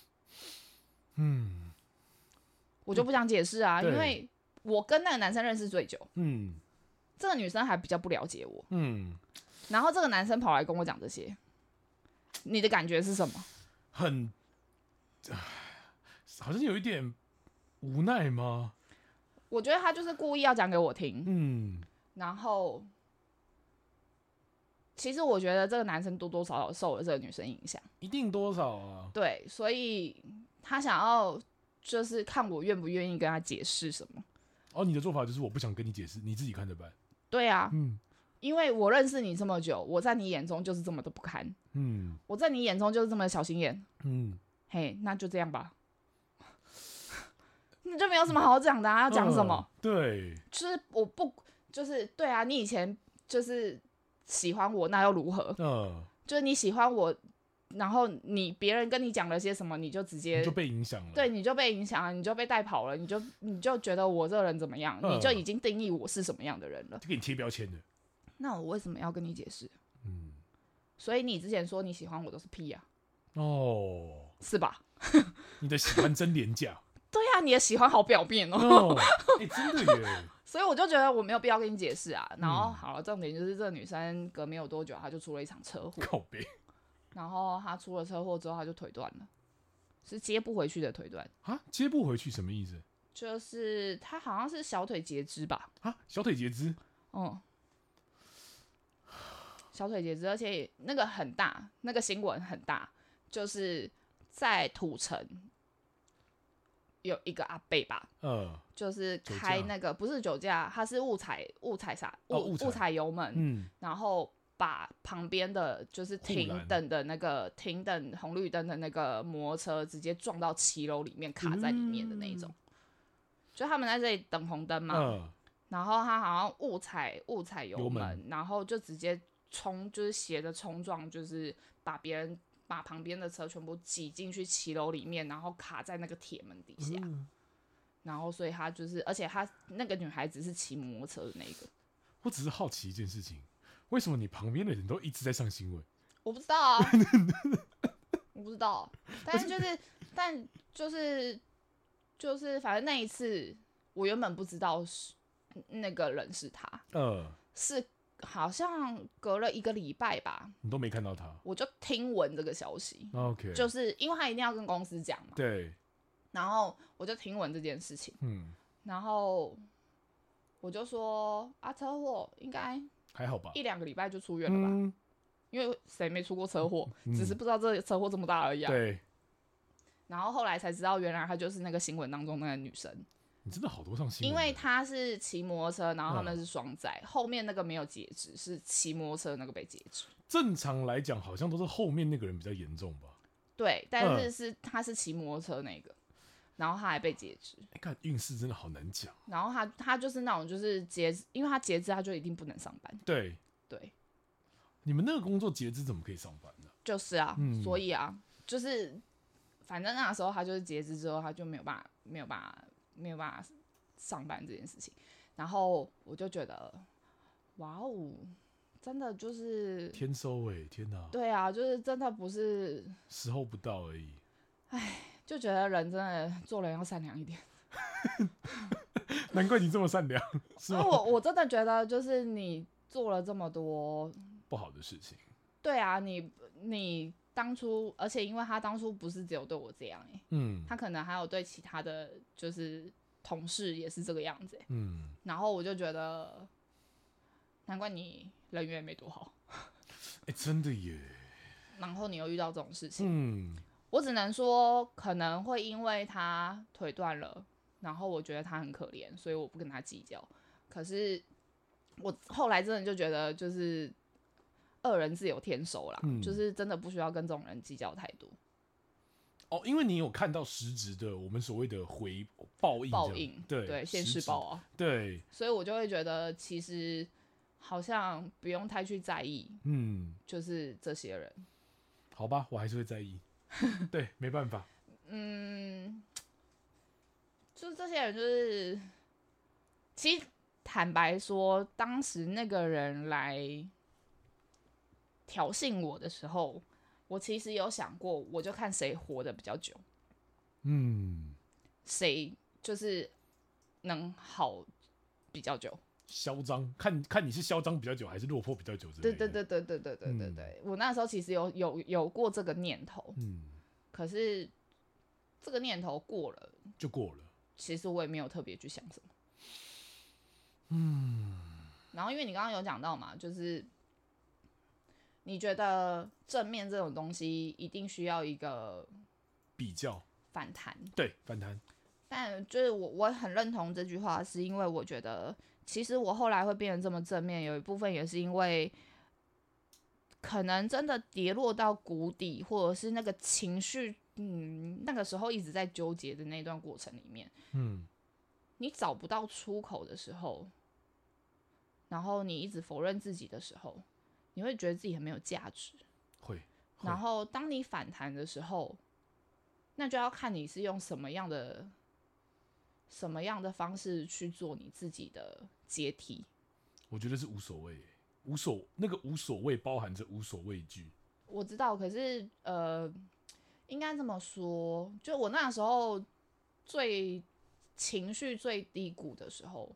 Speaker 1: 嗯
Speaker 2: 我就不想解释啊，
Speaker 1: 对
Speaker 2: 因为我跟那个男生认识最久，
Speaker 1: 嗯
Speaker 2: 这个女生还比较不了解我，
Speaker 1: 嗯，
Speaker 2: 然后这个男生跑来跟我讲这些，你的感觉是什么？”
Speaker 1: 很，好像有一点无奈吗？
Speaker 2: 我觉得他就是故意要讲给我听，
Speaker 1: 嗯，
Speaker 2: 然后其实我觉得这个男生多多少少受了这个女生影响，
Speaker 1: 一定多少啊？
Speaker 2: 对，所以他想要就是看我愿不愿意跟他解释什么。
Speaker 1: 哦，你的做法就是我不想跟你解释，你自己看着办。
Speaker 2: 对啊，
Speaker 1: 嗯
Speaker 2: 因为我认识你这么久，我在你眼中就是这么的不堪，
Speaker 1: 嗯
Speaker 2: 我在你眼中就是这么的小心眼。
Speaker 1: 嗯，
Speaker 2: 嘿，那就这样吧， 那就没有什么好讲的啊，要讲什么？
Speaker 1: 嗯？对，
Speaker 2: 就是我不就是对啊，你以前就是喜欢我，那又如何？
Speaker 1: 嗯，
Speaker 2: 就是你喜欢我，然后你别人跟你讲了些什么，你就直接
Speaker 1: 你就被影响了。
Speaker 2: 对，你就被影响了，你就被带跑了，你就你就觉得我这个人怎么样，
Speaker 1: 嗯
Speaker 2: 你就已经定义我是什么样的人了。
Speaker 1: 就给你贴标签的。
Speaker 2: 那我为什么要跟你解释？
Speaker 1: 嗯，
Speaker 2: 所以你之前说你喜欢我都是屁呀、
Speaker 1: 哦，
Speaker 2: 是 吧？
Speaker 1: 你的喜欢真廉 价。
Speaker 2: 对啊呀、你的喜欢好表面哦，
Speaker 1: 哦，哎、真的耶。
Speaker 2: 所以我就觉得我没有必要跟你解释啊。然后
Speaker 1: 嗯
Speaker 2: 好了，重点就是这个女生隔没有多久，她就出了一场 车祸，
Speaker 1: 靠背
Speaker 2: 然后她出了车祸之后，她就腿断了，是接不回去的腿断，
Speaker 1: 啊，接不回去什么意思
Speaker 2: 就是她好像是小腿截肢吧，
Speaker 1: 啊？小腿截肢，
Speaker 2: 嗯，小腿截肢，而且那个很大，那个新闻很大，就是在土城有一个阿贝吧，
Speaker 1: 呃，
Speaker 2: 就是
Speaker 1: 酒
Speaker 2: 开
Speaker 1: 驾
Speaker 2: 那个不是酒驾，他是误踩误踩啥误
Speaker 1: 哦误踩
Speaker 2: 误踩油门，
Speaker 1: 嗯
Speaker 2: 然后把旁边的就是
Speaker 1: 护
Speaker 2: 停
Speaker 1: 栏
Speaker 2: 等的那个停等红绿灯的那个摩托车直接
Speaker 1: 嗯
Speaker 2: 撞到骑楼里面卡在里面的那一种，就他们在这里等红灯嘛，
Speaker 1: 呃，
Speaker 2: 然后他好像误踩误踩油
Speaker 1: 油
Speaker 2: 门，
Speaker 1: 门
Speaker 2: 然后就直接冲，就是斜着冲撞，就是把别人把旁边的车全部挤进去骑楼里面，然后卡在那个铁门底下。
Speaker 1: 嗯
Speaker 2: 然后所以他就是，而且他那个女孩子是骑摩托车的那一个，
Speaker 1: 我只是好奇一件事情，为什么你旁边的人都一直在上新闻？
Speaker 2: 我不知道啊，我不知道，但是就是，但就是就是，反正那一次我原本不知道是嗯那个人是他，
Speaker 1: 呃，
Speaker 2: 是好像隔了一个礼拜吧，
Speaker 1: 你都没看到他。
Speaker 2: 我就听闻这个消息，
Speaker 1: OK，
Speaker 2: 就是因为他一定要跟公司讲嘛，
Speaker 1: 对，
Speaker 2: 然后我就听闻这件事情，
Speaker 1: 嗯，
Speaker 2: 然后我就说啊，车祸应该
Speaker 1: 还好吧。
Speaker 2: 一两个礼拜就出院了吧，
Speaker 1: 嗯，
Speaker 2: 因为谁没出过车祸，
Speaker 1: 嗯
Speaker 2: 只是不知道这个车祸这么大而已啊。
Speaker 1: 对，
Speaker 2: 然后后来才知道，原来她就是那个新闻当中那个女生，
Speaker 1: 你真的好多上新
Speaker 2: 因
Speaker 1: 闻的。
Speaker 2: 为她是骑摩托车，然后他们
Speaker 1: 嗯
Speaker 2: 是双载，后面那个没有截肢，是骑摩托车那个被截肢。
Speaker 1: 正常来讲，好像都是后面那个人比较严重吧。
Speaker 2: 对，但是
Speaker 1: 嗯
Speaker 2: 是她是骑摩托车那个，然后她还被截肢，
Speaker 1: 哎、看运势真的好难讲。
Speaker 2: 然后她她就是那种就是截肢，因为她截肢她就一定不能上班，
Speaker 1: 对，
Speaker 2: 对，
Speaker 1: 你们那个工作截肢怎么可以上班呢、
Speaker 2: 就是啊，
Speaker 1: 嗯
Speaker 2: 所以啊，就是反正那时候她就是截肢之后，她就没有办法没有办法没有办法上班这件事情，然后我就觉得，哇哦，真的就是
Speaker 1: 天收哎、天哪，
Speaker 2: 对啊，就是真的不是，
Speaker 1: 时候不到而已。
Speaker 2: 就觉得人真的做人要善良一点。
Speaker 1: 难怪你这么善良， 是
Speaker 2: 因
Speaker 1: 吗
Speaker 2: 为？哦我我真的觉得，就是你做了这么多，
Speaker 1: 不好的事情。
Speaker 2: 对啊，你你当初，而且因为他当初不是只有对我这样、欸，
Speaker 1: 嗯
Speaker 2: 他可能还有对其他的就是同事也是这个样子欸、
Speaker 1: 嗯，
Speaker 2: 然后我就觉得，难怪你人缘没多好，
Speaker 1: 哎、真的耶。
Speaker 2: 然后你又遇到这种事情，
Speaker 1: 嗯，
Speaker 2: 我只能说可能会因为他腿断了，然后我觉得他很可怜，所以我不跟他计较。可是我后来真的就觉得，就是恶人自有天收啦，
Speaker 1: 嗯
Speaker 2: 就是真的不需要跟这种人计较太多。
Speaker 1: 哦，因为你有看到实质的我们所谓的回报应这样，
Speaker 2: 报应，
Speaker 1: 对
Speaker 2: 现
Speaker 1: 实
Speaker 2: 世
Speaker 1: 质
Speaker 2: 报啊，
Speaker 1: 对，
Speaker 2: 所以我就会觉得其实好像不用太去在意，
Speaker 1: 嗯，
Speaker 2: 就是这些人，
Speaker 1: 好吧，我还是会在意。 对，没办法，
Speaker 2: 嗯，就是这些人就是，其实坦白说，当时那个人来挑衅我的时候，我其实有想过，我就看谁活得比较久，
Speaker 1: 嗯，
Speaker 2: 谁就是能好比较久。
Speaker 1: 嚣张，看看你是嚣张比较久，还是落魄比较久之类
Speaker 2: 对
Speaker 1: 的。
Speaker 2: 对，对对对对对对
Speaker 1: 嗯
Speaker 2: 对，我那时候其实有有有过这个念头，
Speaker 1: 嗯，
Speaker 2: 可是这个念头过了，
Speaker 1: 就过了。
Speaker 2: 其实我也没有特别去想什么。嗯，然后因为你刚刚有讲到嘛，就是你觉得正面这种东西一定需要一个
Speaker 1: 比较，
Speaker 2: 反弹，
Speaker 1: 对，反弹，
Speaker 2: 但就是我我很认同这句话，是因为我觉得其实我后来会变得这么正面，有一部分也是因为。可能真的跌落到谷底，或者是那个情绪，嗯，那个时候一直在纠结的那段过程里面，
Speaker 1: 嗯，
Speaker 2: 你找不到出口的时候，然后你一直否认自己的时候，你会觉得自己很没有价值。
Speaker 1: 会，会
Speaker 2: 然后当你反弹的时候，那就要看你是用什么样的、什么样的方式去做你自己的阶梯。
Speaker 1: 我觉得是无所谓欸，无所那个无所谓包含着无所畏惧。
Speaker 2: 我知道，可是呃，应该这么说，就我那时候最情绪最低谷的时候，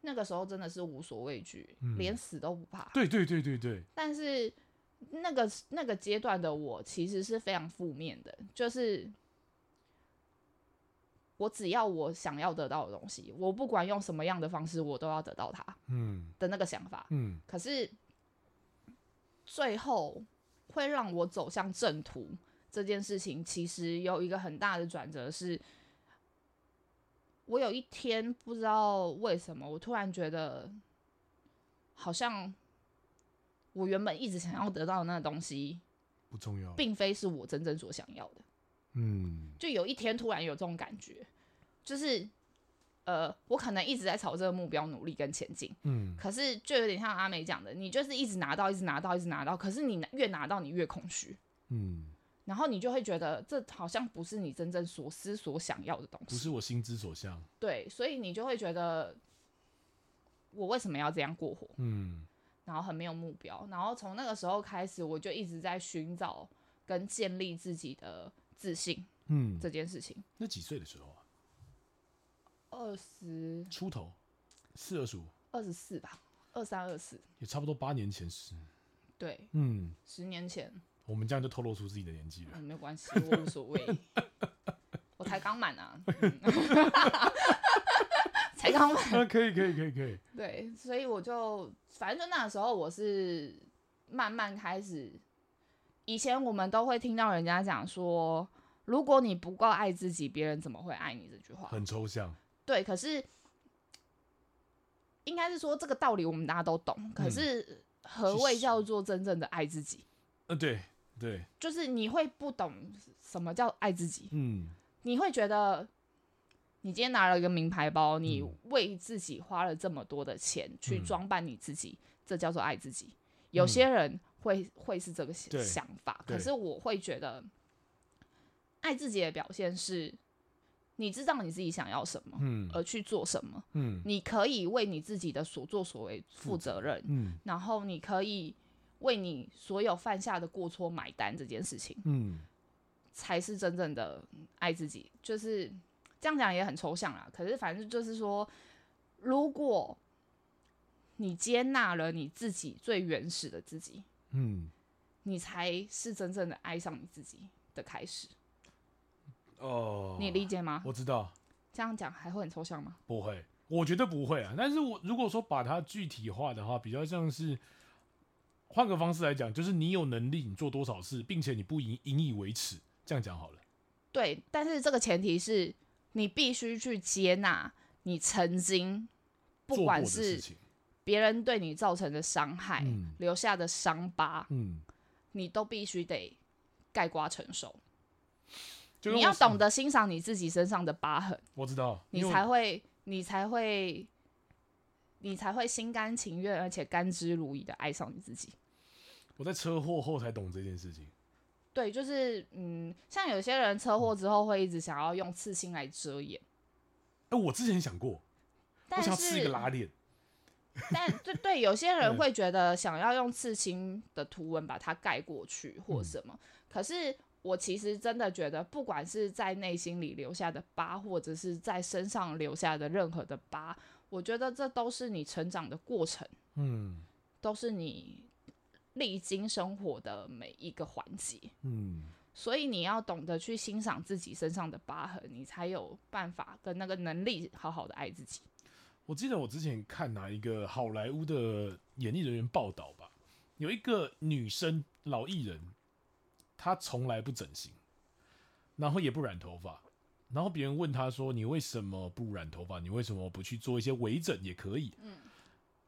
Speaker 2: 那个时候真的是无所畏惧，连死都不怕。
Speaker 1: 对对对对对，
Speaker 2: 但是那个那个阶段的我其实是非常负面的，就是我只要我想要得到的东西，我不管用什么样的方式，我都要得到它
Speaker 1: 嗯
Speaker 2: 的那个想法。
Speaker 1: 嗯，
Speaker 2: 可是最后会让我走向正途这件事情，其实有一个很大的转折是。我有一天不知道为什么，我突然觉得，好像我原本一直想要得到的那个东西，
Speaker 1: 不重要。
Speaker 2: 并非是我真正所想要的。
Speaker 1: 嗯，
Speaker 2: 就有一天突然有这种感觉，就是呃，我可能一直在朝这个目标努力跟前进，
Speaker 1: 嗯，
Speaker 2: 可是就有点像阿美讲的，你就是一直拿到，一直拿到，一直拿到，可是你拿越拿到，你越空虚，
Speaker 1: 嗯，
Speaker 2: 然后你就会觉得这好像不是你真正所思所想要的东
Speaker 1: 不
Speaker 2: 西，
Speaker 1: 是我心之所向，
Speaker 2: 对，所以你就会觉得我为什么要这样过活？
Speaker 1: 嗯
Speaker 2: 然后很没有目标，然后从那个时候开始，我就一直在寻找跟建立自己的自信
Speaker 1: 嗯。
Speaker 2: 这件事情。
Speaker 1: 那几岁的时候啊？
Speaker 2: 二十
Speaker 1: 出头，四二十五，
Speaker 2: 二十四吧，二三二四，
Speaker 1: 也差不多八年前是。
Speaker 2: 对，
Speaker 1: 嗯，
Speaker 2: 十年 前，
Speaker 1: 我们这样就透露出自己的年 纪了。
Speaker 2: 嗯，没关系，我无所谓， 我才刚满啊，嗯才刚满，
Speaker 1: 啊，可以，可以，可以，可以。
Speaker 2: 对，所以我就反正就那时候我是慢慢开始，以前我们都会听到人家讲说，如果你不够爱自己，别人怎么会爱你这句话。
Speaker 1: 很抽象，
Speaker 2: 对，可是应该是说这个道理我们大家都懂，可
Speaker 1: 嗯
Speaker 2: 是何
Speaker 1: 去
Speaker 2: 谓
Speaker 1: 实
Speaker 2: 叫做真正的爱自己？
Speaker 1: 呃，对，对，
Speaker 2: 就是你会不懂什么叫爱自己，
Speaker 1: 嗯，
Speaker 2: 你会觉得你今天拿了一个名牌包，你
Speaker 1: 嗯
Speaker 2: 为自己花了这么多的钱去
Speaker 1: 嗯
Speaker 2: 装扮你自己，这叫做爱自己。有些人会会是这个想
Speaker 1: 对
Speaker 2: 想法，可
Speaker 1: 对
Speaker 2: 是我会觉得，爱自己的表现是你知道你自己想要什么，
Speaker 1: 嗯，
Speaker 2: 而去做什么。
Speaker 1: 嗯，
Speaker 2: 你可以为你自己的所作所为负责任，
Speaker 1: 嗯，
Speaker 2: 然后你可以为你所有犯下的过错买单，这件事情
Speaker 1: 嗯，
Speaker 2: 才是真正的爱自己。就是这样讲也很抽象啦，可是反正就是说，如果你接纳了你自己最原始的自己，
Speaker 1: 嗯，
Speaker 2: 你才是真正的爱上你自己的开始。
Speaker 1: 哦，
Speaker 2: 你理解吗？
Speaker 1: 我知道，
Speaker 2: 这样讲还会很抽象吗？
Speaker 1: 不会，我觉得不会啊。但是我如果说把它具体化的话，比较像是，换个方式来讲，就是你有能力，你做多少事，并且你不引引以为耻，这样讲好了。
Speaker 2: 对，但是这个前提是你必须去接纳你曾经，不
Speaker 1: 做过
Speaker 2: 管
Speaker 1: 的事
Speaker 2: 是
Speaker 1: 情，
Speaker 2: 别人对你造成的伤害、
Speaker 1: 嗯
Speaker 2: 留下的伤疤，
Speaker 1: 嗯，
Speaker 2: 你都必须得盖瓜承受。
Speaker 1: 就
Speaker 2: 你
Speaker 1: 跟
Speaker 2: 要
Speaker 1: 我
Speaker 2: 懂得欣赏你自己身上的疤痕，
Speaker 1: 我知道，
Speaker 2: 你
Speaker 1: 因为
Speaker 2: 才会，你才会，你才会心甘情愿而且甘之如饴的爱上你自己。
Speaker 1: 我在车祸后才懂这件事情。
Speaker 2: 对，就是嗯，像有些人车祸之后会一直想要用刺青来遮掩，
Speaker 1: 哎、我之前想过，我
Speaker 2: 但
Speaker 1: 想要刺一个
Speaker 2: 是
Speaker 1: 拉链，
Speaker 2: 但对对，有些人
Speaker 1: 嗯
Speaker 2: 会觉得想要用刺青的图文把它盖过去或什么，可是我其实真的觉得，不管是在内心里留下的疤，或者是在身上留下的任何的疤，我觉得这都是你成长的过程，
Speaker 1: 嗯
Speaker 2: 都是你历经生活的每一个环节。
Speaker 1: 嗯
Speaker 2: 所以你要懂得去欣赏自己身上的疤痕，你才有办法跟那个能力好好的爱自己。
Speaker 1: 我记得我之前看哪一个好莱坞的演艺人员报道吧，有一个女生老艺人，她从来不整形，然后也不染头发，然后别人问她说：“你为什么不染头发？你为什么不去做一些微整也可以？”嗯，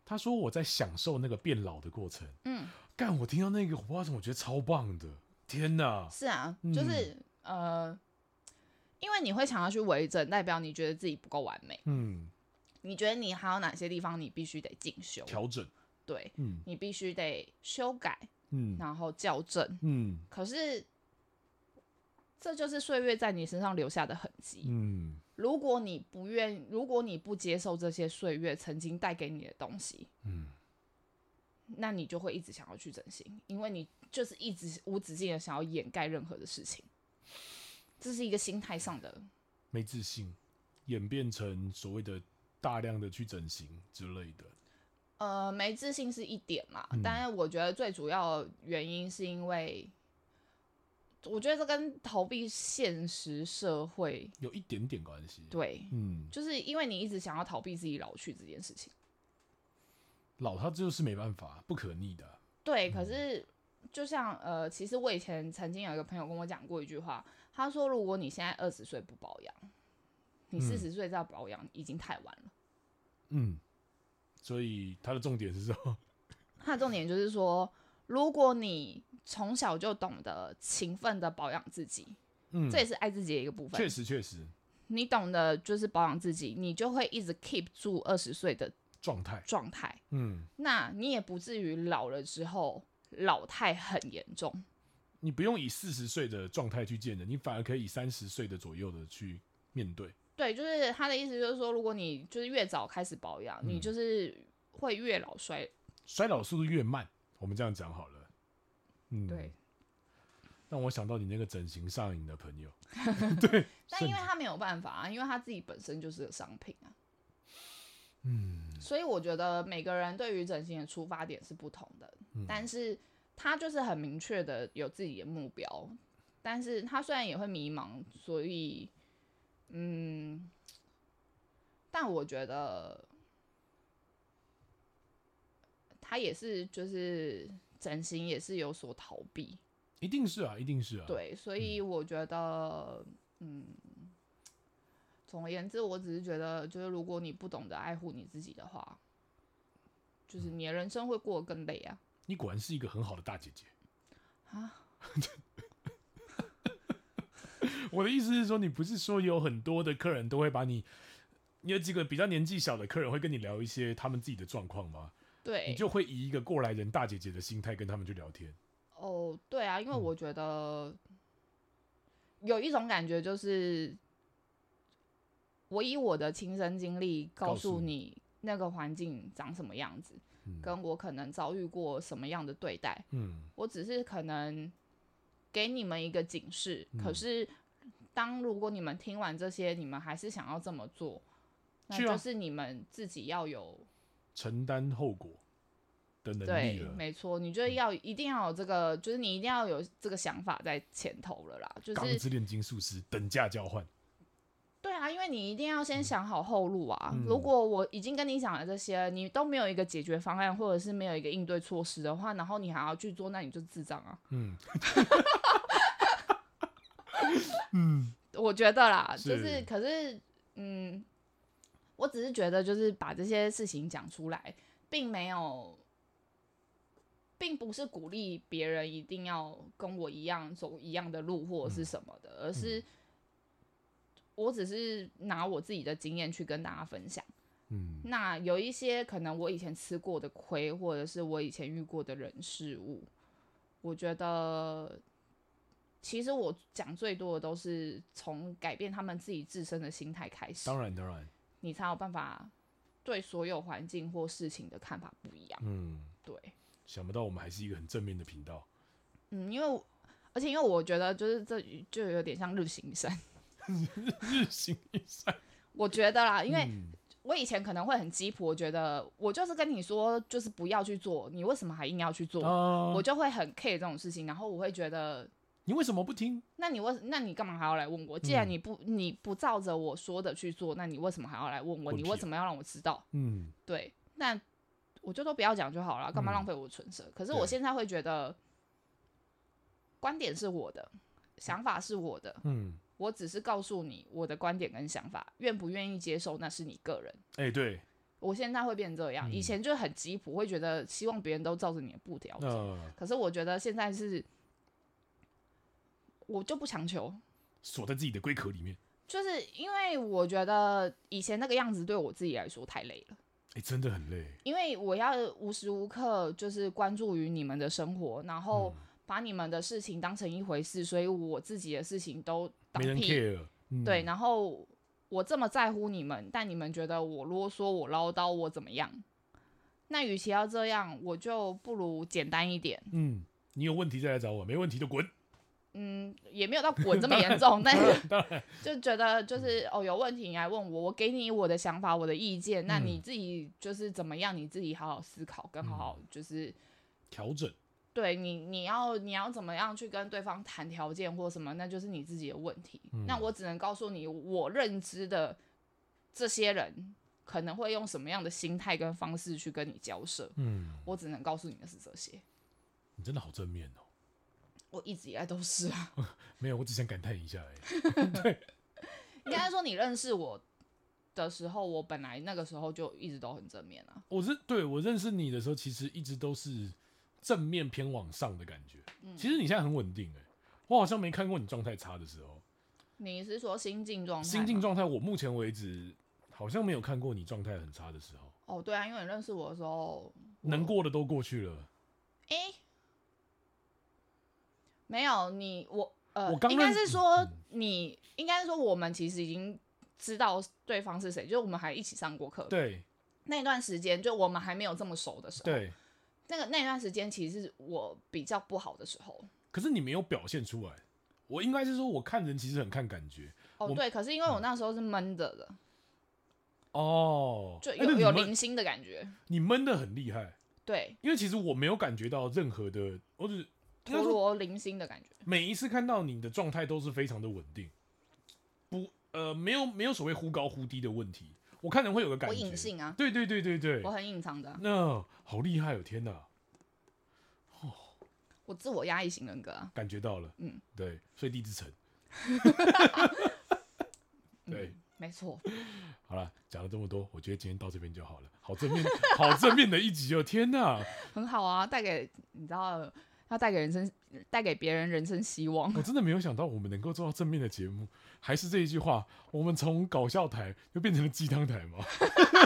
Speaker 1: 她说：“我在享受那个变老的过程。”
Speaker 2: 嗯，
Speaker 1: 干，我听到那个，我不知道为什么，我觉得超棒的，天哪！
Speaker 2: 是啊，
Speaker 1: 嗯
Speaker 2: 就是、呃，因为你会想要去微整，代表你觉得自己不够完美，
Speaker 1: 嗯，
Speaker 2: 你觉得你还有哪些地方你必须得进修，
Speaker 1: 调整，
Speaker 2: 对
Speaker 1: 嗯
Speaker 2: 你必须得修改，
Speaker 1: 嗯
Speaker 2: 然后校正。
Speaker 1: 嗯
Speaker 2: 可是这就是岁月在你身上留下的痕迹。
Speaker 1: 嗯
Speaker 2: 如果你不愿，如果你不接受这些岁月曾经带给你的东西，
Speaker 1: 嗯，
Speaker 2: 那你就会一直想要去整形，因为你就是一直无止境的想要掩盖任何的事情，这是一个心态上的。
Speaker 1: 没自信，演变成所谓的大量的去整形之类的。
Speaker 2: 呃，没自信是一点嘛，但是我觉得最主要的原因是因为，我觉得这跟逃避现实社会
Speaker 1: 有一点点关系。，
Speaker 2: 对，
Speaker 1: 嗯，
Speaker 2: 就是因为你一直想要逃避自己老去这件事情，
Speaker 1: 老他就是没办法，不可逆的。
Speaker 2: 对。可是就像呃，其实我以前曾经有一个朋友跟我讲过一句话，他说如果你现在二十岁不保养，你四十岁再保养已经太晚了。
Speaker 1: 嗯，所以他的重点是什么？
Speaker 2: 它的重点就是说，如果你从小就懂得勤奋的保养自己，
Speaker 1: 嗯
Speaker 2: 这，也是爱自己的一个部分
Speaker 1: 确。实确实，
Speaker 2: 你懂得就是保养自己，你就会一直 keep 住二十岁的
Speaker 1: 状态，
Speaker 2: 状态，
Speaker 1: 嗯，
Speaker 2: 那你也不至于老了之后老态很严重。
Speaker 1: 你不用以四十岁的状态去见人，你反而可以以三十岁的左右的去面对。
Speaker 2: 对，就是他的意思，就是说，如果你就是越早开始保养，你
Speaker 1: 嗯
Speaker 2: 就是会越老衰。
Speaker 1: 衰老速度越慢，我们这样讲好了。嗯，
Speaker 2: 对，，
Speaker 1: 让我想到你那个整形上瘾的朋友。
Speaker 2: 但
Speaker 1: 甚
Speaker 2: 因为
Speaker 1: 至
Speaker 2: 他没有办法啊，因为他自己本身就是个商品啊，
Speaker 1: 嗯，
Speaker 2: 所以我觉得每个人对于整形的出发点是不同的，
Speaker 1: 嗯
Speaker 2: 但是他就是很明确的有自己的目标，但是他虽然也会迷茫，所以嗯，但我觉得他也是就是整形也是有所逃避，
Speaker 1: 一定是啊，一定是啊。，
Speaker 2: 对，所以我觉得，嗯，总而言之，我只是觉得，就是如果你不懂得爱护你自己的话，就是
Speaker 1: 嗯
Speaker 2: 你的人生会过得更累啊。
Speaker 1: 你果然是一个很好的大姐姐。
Speaker 2: 啊，
Speaker 1: 我的意思是说，你不是说有很多的客人都会把你，你有几个比较年纪小的客人会跟你聊一些他们自己的状况吗？你
Speaker 2: 对，
Speaker 1: 就会以一个过来人大姐姐的心态跟他们去聊天。
Speaker 2: 哦，对啊，因为
Speaker 1: 嗯
Speaker 2: 我觉得有一种感觉就是，我以我的亲身经历告
Speaker 1: 告
Speaker 2: 诉
Speaker 1: 诉
Speaker 2: 你那个环境长什么样子，
Speaker 1: 嗯
Speaker 2: 跟我可能遭遇过什么样的对待，
Speaker 1: 嗯
Speaker 2: 我只是可能给你们一个警示，
Speaker 1: 嗯
Speaker 2: 可是当如果你们听完这些，你们还是想要这么做，那
Speaker 1: 是啊
Speaker 2: 就是你们自己要有
Speaker 1: 承担后果的能力
Speaker 2: 对，
Speaker 1: 了。嗯
Speaker 2: 没错，你就要一定要有这个，就是你一定要有这个想法在前头了啦，就
Speaker 1: 钢
Speaker 2: 是
Speaker 1: 之炼金术师等价交换，
Speaker 2: 对啊，因为你一定要先想好后路啊。
Speaker 1: 嗯
Speaker 2: 如果我已经跟你讲了这些，你都没有一个解决方案，或者是没有一个应对措施的话，然后你还要去做，那你就智障啊。
Speaker 1: 嗯，嗯，
Speaker 2: 我觉得啦，
Speaker 1: 是
Speaker 2: 就是可是，嗯，我只是觉得就是把这些事情讲出来，并没有，并不是鼓励别人一定要跟我一样走一样的路或者是什么的，而是我只是拿我自己的经验去跟大家分享。
Speaker 1: 嗯，
Speaker 2: 那有一些可能我以前吃过的亏，或者是我以前遇过的人事物，我觉得其实我讲最多的都是从改变他们自己自身的心态开始，
Speaker 1: 当然当然，
Speaker 2: 你才有办法对所有环境或事情的看法不一样。
Speaker 1: 嗯，
Speaker 2: 对，
Speaker 1: 想不到我们还是一个很正面的频道，
Speaker 2: 嗯，因为我而且因为我觉得就是这就有点像日行一善，
Speaker 1: 日行一善，
Speaker 2: 我觉得啦，因为
Speaker 1: 嗯
Speaker 2: 我以前可能会很鸡婆，觉得我就是跟你说就是不要去做，你为什么还硬要去做？
Speaker 1: 啊，
Speaker 2: 我就会很 care 这种事情，然后我会觉得，
Speaker 1: 你为什么不听？
Speaker 2: 那你为那你干嘛还要来问我？既
Speaker 1: 嗯
Speaker 2: 然你不你不照着我说的去做，那你为什么还要来问我？
Speaker 1: 问
Speaker 2: 你
Speaker 1: 题
Speaker 2: 为
Speaker 1: 啊
Speaker 2: 什么要让我知道？
Speaker 1: 嗯，
Speaker 2: 对，那我就都不要讲就好了，干
Speaker 1: 嗯
Speaker 2: 嘛浪费我的唇舌？可是我
Speaker 1: 对
Speaker 2: 现在会觉得，观点是我的，想法是我的，
Speaker 1: 嗯，
Speaker 2: 我只是告诉你我的观点跟想法，愿不愿意接受那是你个人。
Speaker 1: 哎、对，
Speaker 2: 我现在会变成这样，以
Speaker 1: 嗯
Speaker 2: 前就很急迫，会觉得希望别人都照着你的步调走。
Speaker 1: 呃，
Speaker 2: 可是我觉得现在是，我就不强求，
Speaker 1: 锁在自己的龟壳里面，
Speaker 2: 就是因为我觉得以前那个样子对我自己来说太累了，
Speaker 1: 哎、真的很累，
Speaker 2: 因为我要无时无刻就是关注于你们的生活，然后
Speaker 1: 嗯
Speaker 2: 把你们的事情当成一回事，所以我自己的事情都当
Speaker 1: 没人
Speaker 2: 屁。
Speaker 1: care，嗯，
Speaker 2: 对，，然后我这么在乎你们，但你们觉得我啰嗦、我唠叨、我怎么样？那与其要这样，我就不如简单一点。
Speaker 1: 嗯，你有问题再来找我，没问题就滚，
Speaker 2: 嗯，也没有到滚这么严重，但是
Speaker 1: 当然， 嗯
Speaker 2: 就觉得就是哦，有问题你来问我，我给你我的想法、我的意见，那
Speaker 1: 嗯
Speaker 2: 你自己就是怎么样，你自己好好思考，跟好好
Speaker 1: 嗯
Speaker 2: 就是、
Speaker 1: 调整，
Speaker 2: 对你你要你要怎么样去跟对方谈条件或什么，那就是你自己的问题。
Speaker 1: 嗯
Speaker 2: 那我只能告诉你，我认知的这些人可能会用什么样的心态跟方式去跟你交涉，
Speaker 1: 嗯，
Speaker 2: 我只能告诉你的是这些。
Speaker 1: 你真的好正面哦、
Speaker 2: 我一直以来都是啊，
Speaker 1: 没有，我只想感叹一下、 哎，
Speaker 2: 应该说你认识我的时候，我本来那个时候就一直都很正面啊。
Speaker 1: 我认对我认识你的时候，其实一直都是正面嗯欸偏往上的感觉。其实你现在很稳定哎、我好像没看过你状态差的时候。
Speaker 2: 你是说心境状态吗？
Speaker 1: 心境状态，我目前为止好像没有看过你状态很差的时候，
Speaker 2: 哦，对啊，因为你认识我的时候，
Speaker 1: 能过的都过去了。
Speaker 2: 哎、没有你我呃，
Speaker 1: 我刚
Speaker 2: 应该
Speaker 1: 认
Speaker 2: 是说
Speaker 1: 嗯
Speaker 2: 你应该是说我们其实已经知道对方是谁，就是我们还一起上过课。
Speaker 1: 对
Speaker 2: 那段时间，就我们还没有这么熟的时候，
Speaker 1: 对，
Speaker 2: 那个那段时间其实是我比较不好的时候。
Speaker 1: 可是你没有表现出来。我应该是说，我看人其实很看感觉
Speaker 2: 哦，
Speaker 1: 我
Speaker 2: 对，可是因为我那时候是闷着的，
Speaker 1: 哦。
Speaker 2: 就
Speaker 1: 哎
Speaker 2: 有、
Speaker 1: 那你
Speaker 2: 有
Speaker 1: 闷
Speaker 2: 零星的感觉。
Speaker 1: 你闷的很厉害，
Speaker 2: 对，
Speaker 1: 因为其实我没有感觉到任何的，我只应
Speaker 2: 陀
Speaker 1: 该说
Speaker 2: 螺零星的感觉。
Speaker 1: 每一次看到你的状态都是非常的稳定，不呃没有没有所谓忽高忽低的问题。我看人会有个感
Speaker 2: 我
Speaker 1: 觉，
Speaker 2: 隐性啊，
Speaker 1: 对对对对对
Speaker 2: 我，很隐藏的啊、
Speaker 1: 那好厉害哦！天哪，
Speaker 2: 我自我压抑型人格啊。
Speaker 1: 感觉到了，
Speaker 2: 嗯，
Speaker 1: 对，所以地之 城，对，
Speaker 2: 嗯，没错。
Speaker 1: 好了，讲了这么多，我觉得今天到这边就好了，好正面，好正面的一集哦！天哪，
Speaker 2: 很好啊，带给你知道，要带给人生，带给别人人生 希望。
Speaker 1: 我真的没有想到我们能够做到正面的节目，还是这一句话，我们从搞笑台又变成了鸡汤台吗？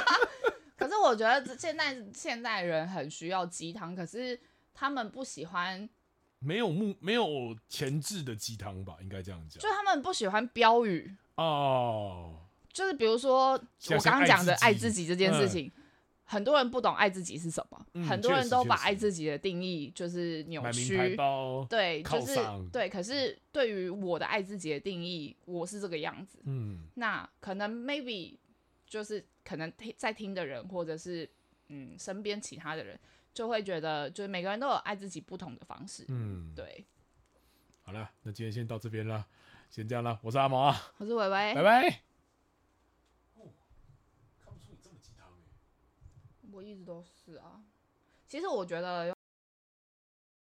Speaker 2: 可是我觉得这现在现代人很需要鸡汤，可是他们不喜欢，
Speaker 1: 没有目，没有前置的鸡汤吧，应该这样讲
Speaker 2: 就他们不喜欢标语，
Speaker 1: 哦。
Speaker 2: 就是比如说
Speaker 1: 像
Speaker 2: 我刚刚讲的
Speaker 1: 像爱
Speaker 2: 爱
Speaker 1: 自
Speaker 2: 自
Speaker 1: 己
Speaker 2: 己这件事情。很多人不懂爱自己是什么，
Speaker 1: 嗯
Speaker 2: 很多人都把
Speaker 1: 确实
Speaker 2: 爱自己的定义就是扭
Speaker 1: 买名牌
Speaker 2: 曲，
Speaker 1: 包，
Speaker 2: 对，
Speaker 1: 犒
Speaker 2: 就是
Speaker 1: 赏
Speaker 2: 对。可是对于我的爱自己的定义，我是这个样子，
Speaker 1: 嗯，
Speaker 2: 那可能 maybe 就是可能听在听的人，或者是嗯身边其他的人，就会觉得就是每个人都有爱自己不同的方式。
Speaker 1: 嗯，
Speaker 2: 对，
Speaker 1: 好了，那今天先到这边了，先这样了，我是阿毛啊，
Speaker 2: 我是伟伟，
Speaker 1: 拜拜。
Speaker 2: 我一直都是啊。其实我觉得